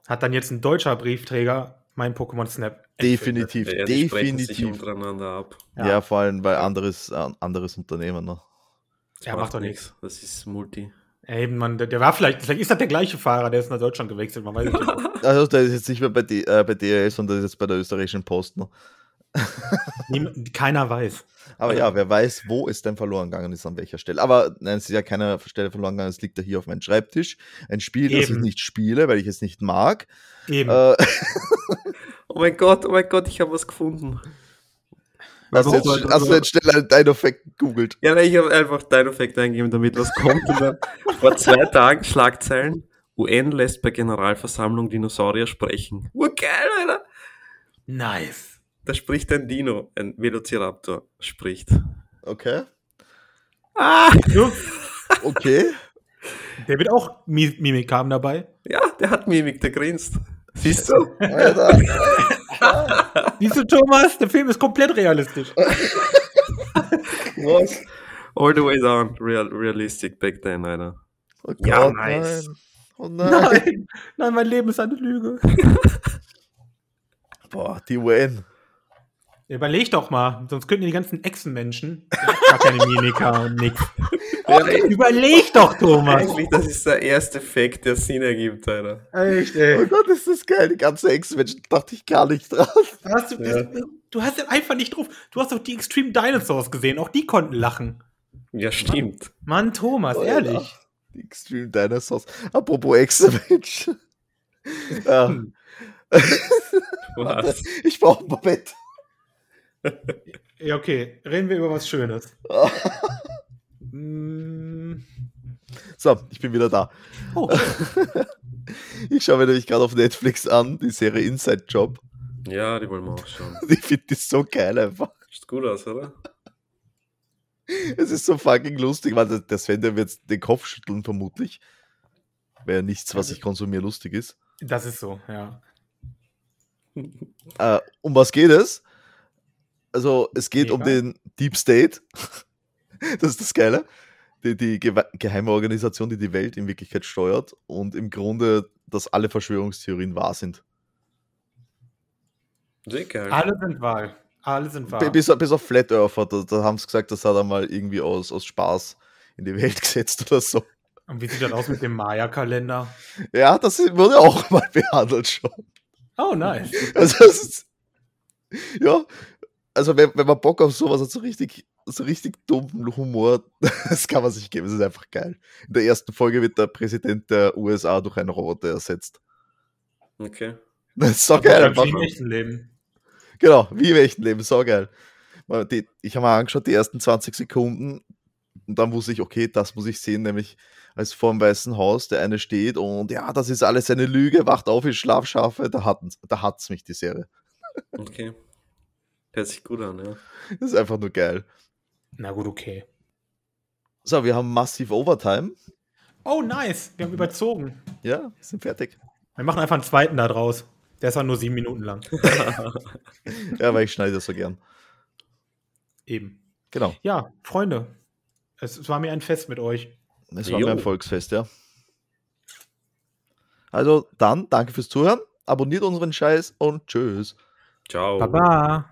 [SPEAKER 3] hat dann jetzt ein deutscher Briefträger mein Pokémon Snap.
[SPEAKER 1] definitiv,
[SPEAKER 2] Ja, die sprechen sich um
[SPEAKER 1] definitiv.
[SPEAKER 2] untereinander ab.
[SPEAKER 1] Ja. vor allem bei anderes, an- anderes Unternehmen. Ne?
[SPEAKER 2] Das
[SPEAKER 3] Ja, macht doch
[SPEAKER 2] nix. Das ist Multi.
[SPEAKER 3] Ey, Eben, man, der, der war vielleicht, vielleicht ist das der gleiche Fahrer, der ist nach Deutschland gewechselt, man weiß es nicht.
[SPEAKER 1] Also, das ist jetzt nicht mehr bei, D, äh, bei DRL, sondern das ist jetzt bei der österreichischen Post. Ne?
[SPEAKER 3] Niem- Keiner weiß.
[SPEAKER 1] Aber ja, wer weiß, wo es denn verloren gegangen ist, an welcher Stelle. Aber nein, es ist ja keine Stelle verloren gegangen, es liegt ja hier auf meinem Schreibtisch. Ein Spiel, das ich
[SPEAKER 3] Eben.
[SPEAKER 1] nicht spiele, weil ich es nicht mag.
[SPEAKER 3] Eben.
[SPEAKER 1] Äh,
[SPEAKER 2] Oh mein Gott, oh mein Gott, ich habe was gefunden.
[SPEAKER 1] hast, du
[SPEAKER 2] Warum
[SPEAKER 1] jetzt,
[SPEAKER 2] sollte-
[SPEAKER 1] hast du jetzt schnell einen Dino-Fact gegoogelt?
[SPEAKER 2] Ja, nein, ich habe einfach dein Effekt eingegeben, damit was kommt. Und dann vor zwei Tagen Schlagzeilen. UN lässt bei Generalversammlung Dinosaurier sprechen. Urgeil, Alter!
[SPEAKER 3] nice.
[SPEAKER 2] Da spricht ein Dino, ein Velociraptor spricht.
[SPEAKER 1] Okay.
[SPEAKER 2] Ah!
[SPEAKER 3] So,
[SPEAKER 1] Okay.
[SPEAKER 3] der wird auch Mi- Mimik haben dabei.
[SPEAKER 2] Ja, der hat Mimik, der grinst. Siehst du?
[SPEAKER 1] Alter. Äh.
[SPEAKER 3] Siehst du, Thomas, der Film ist komplett realistisch.
[SPEAKER 1] Was?
[SPEAKER 2] All the way down. Real, realistic back then, Alter.
[SPEAKER 1] Oh Gott,
[SPEAKER 3] Ja, nice.
[SPEAKER 1] nein. Oh nein.
[SPEAKER 3] Nein, nein, mein Leben ist eine Lüge.
[SPEAKER 1] Boah, die UN.
[SPEAKER 3] Überleg doch mal, sonst könnten die ganzen Echsenmenschen gar keine Mimik haben, nix. Überleg doch, Thomas.
[SPEAKER 2] Eigentlich, das ist der erste Fact, der Sinn ergibt, Alter.
[SPEAKER 3] Echt,
[SPEAKER 1] Oh Gott, ist das geil. Die ganze Ex-Menschen dachte ich gar nicht dran.
[SPEAKER 3] Hast du,
[SPEAKER 2] Ja.
[SPEAKER 3] das, du hast den einfach nicht drauf. Du hast auch die Extreme Dinosaurs gesehen, auch die konnten lachen.
[SPEAKER 2] Ja, stimmt.
[SPEAKER 3] Mann, Thomas,
[SPEAKER 1] Alter.
[SPEAKER 3] ehrlich.
[SPEAKER 1] Die Extreme Dinosaurs. Apropos Ex-Mensch. ja,
[SPEAKER 3] Hm.
[SPEAKER 2] Was?
[SPEAKER 1] ich brauche ein Moment.
[SPEAKER 3] Ja, okay, reden wir über was Schönes. Mm.
[SPEAKER 1] So, ich bin wieder da.
[SPEAKER 3] Oh,
[SPEAKER 1] Ich schaue mir nämlich gerade auf Netflix an, die Serie Inside Job.
[SPEAKER 2] Ja, die wollen wir auch schauen.
[SPEAKER 1] Ich finde die so geil einfach.
[SPEAKER 2] Sieht gut aus, oder?
[SPEAKER 1] Es ist so fucking lustig, weil der- der Sven, der wird den Kopf schütteln, vermutlich. Wäre nichts, was ich konsumiere, lustig ist.
[SPEAKER 3] das ist so, ja.
[SPEAKER 1] Äh, um was geht es? Also, es geht um
[SPEAKER 3] Mega.
[SPEAKER 1] den Deep State. das ist das Geile. Die, die Gewe- geheime Organisation, die die Welt in Wirklichkeit steuert und im Grunde, dass alle Verschwörungstheorien wahr sind.
[SPEAKER 2] Sehr geil.
[SPEAKER 3] Alle sind wahr. Alle sind wahr.
[SPEAKER 1] B- Bis, bis auf Flat Earther, da, da haben sie gesagt, das hat er mal irgendwie aus, aus Spaß in die Welt gesetzt oder so.
[SPEAKER 3] Und wie sieht das aus mit dem Maya-Kalender?
[SPEAKER 1] Ja, das wurde auch mal behandelt schon.
[SPEAKER 3] Oh, nice.
[SPEAKER 1] Also, es ist, ja, also wenn, wenn man Bock auf sowas hat, so richtig, so richtig dummen Humor, das kann man sich geben, das ist einfach geil. In der ersten Folge wird der Präsident der USA durch einen Roboter ersetzt.
[SPEAKER 2] Okay.
[SPEAKER 1] Das ist so
[SPEAKER 3] Das
[SPEAKER 1] geil.
[SPEAKER 3] ist wie im
[SPEAKER 1] einfach.
[SPEAKER 3] echten Leben.
[SPEAKER 1] Genau, wie im echten Leben, so geil. Weil Die, ich habe mal angeschaut, die ersten 20 Sekunden und dann wusste ich, okay, das muss ich sehen, nämlich als vor dem Weißen Haus der eine steht und ja, das ist alles eine Lüge, wacht auf, ich Schlafschafe, da hat's, da hat's mich die Serie.
[SPEAKER 2] Okay. Hört sich gut an, ja.
[SPEAKER 1] Das ist einfach nur geil.
[SPEAKER 3] Na gut, okay.
[SPEAKER 1] So, wir haben massiv Overtime.
[SPEAKER 3] Oh, nice. Wir haben überzogen.
[SPEAKER 1] Ja, sind fertig.
[SPEAKER 3] Wir machen einfach einen zweiten da draus. Der ist dann nur sieben Minuten lang.
[SPEAKER 1] Ja, weil ich schneide das so gern.
[SPEAKER 3] Eben.
[SPEAKER 1] Genau.
[SPEAKER 3] Ja, Freunde. Es, es war mir ein Fest mit euch.
[SPEAKER 1] Es war
[SPEAKER 2] Jo.
[SPEAKER 1] mir ein Volksfest, ja. Also dann, danke fürs Zuhören. Abonniert unseren Scheiß und tschüss.
[SPEAKER 2] Ciao.
[SPEAKER 3] Baba.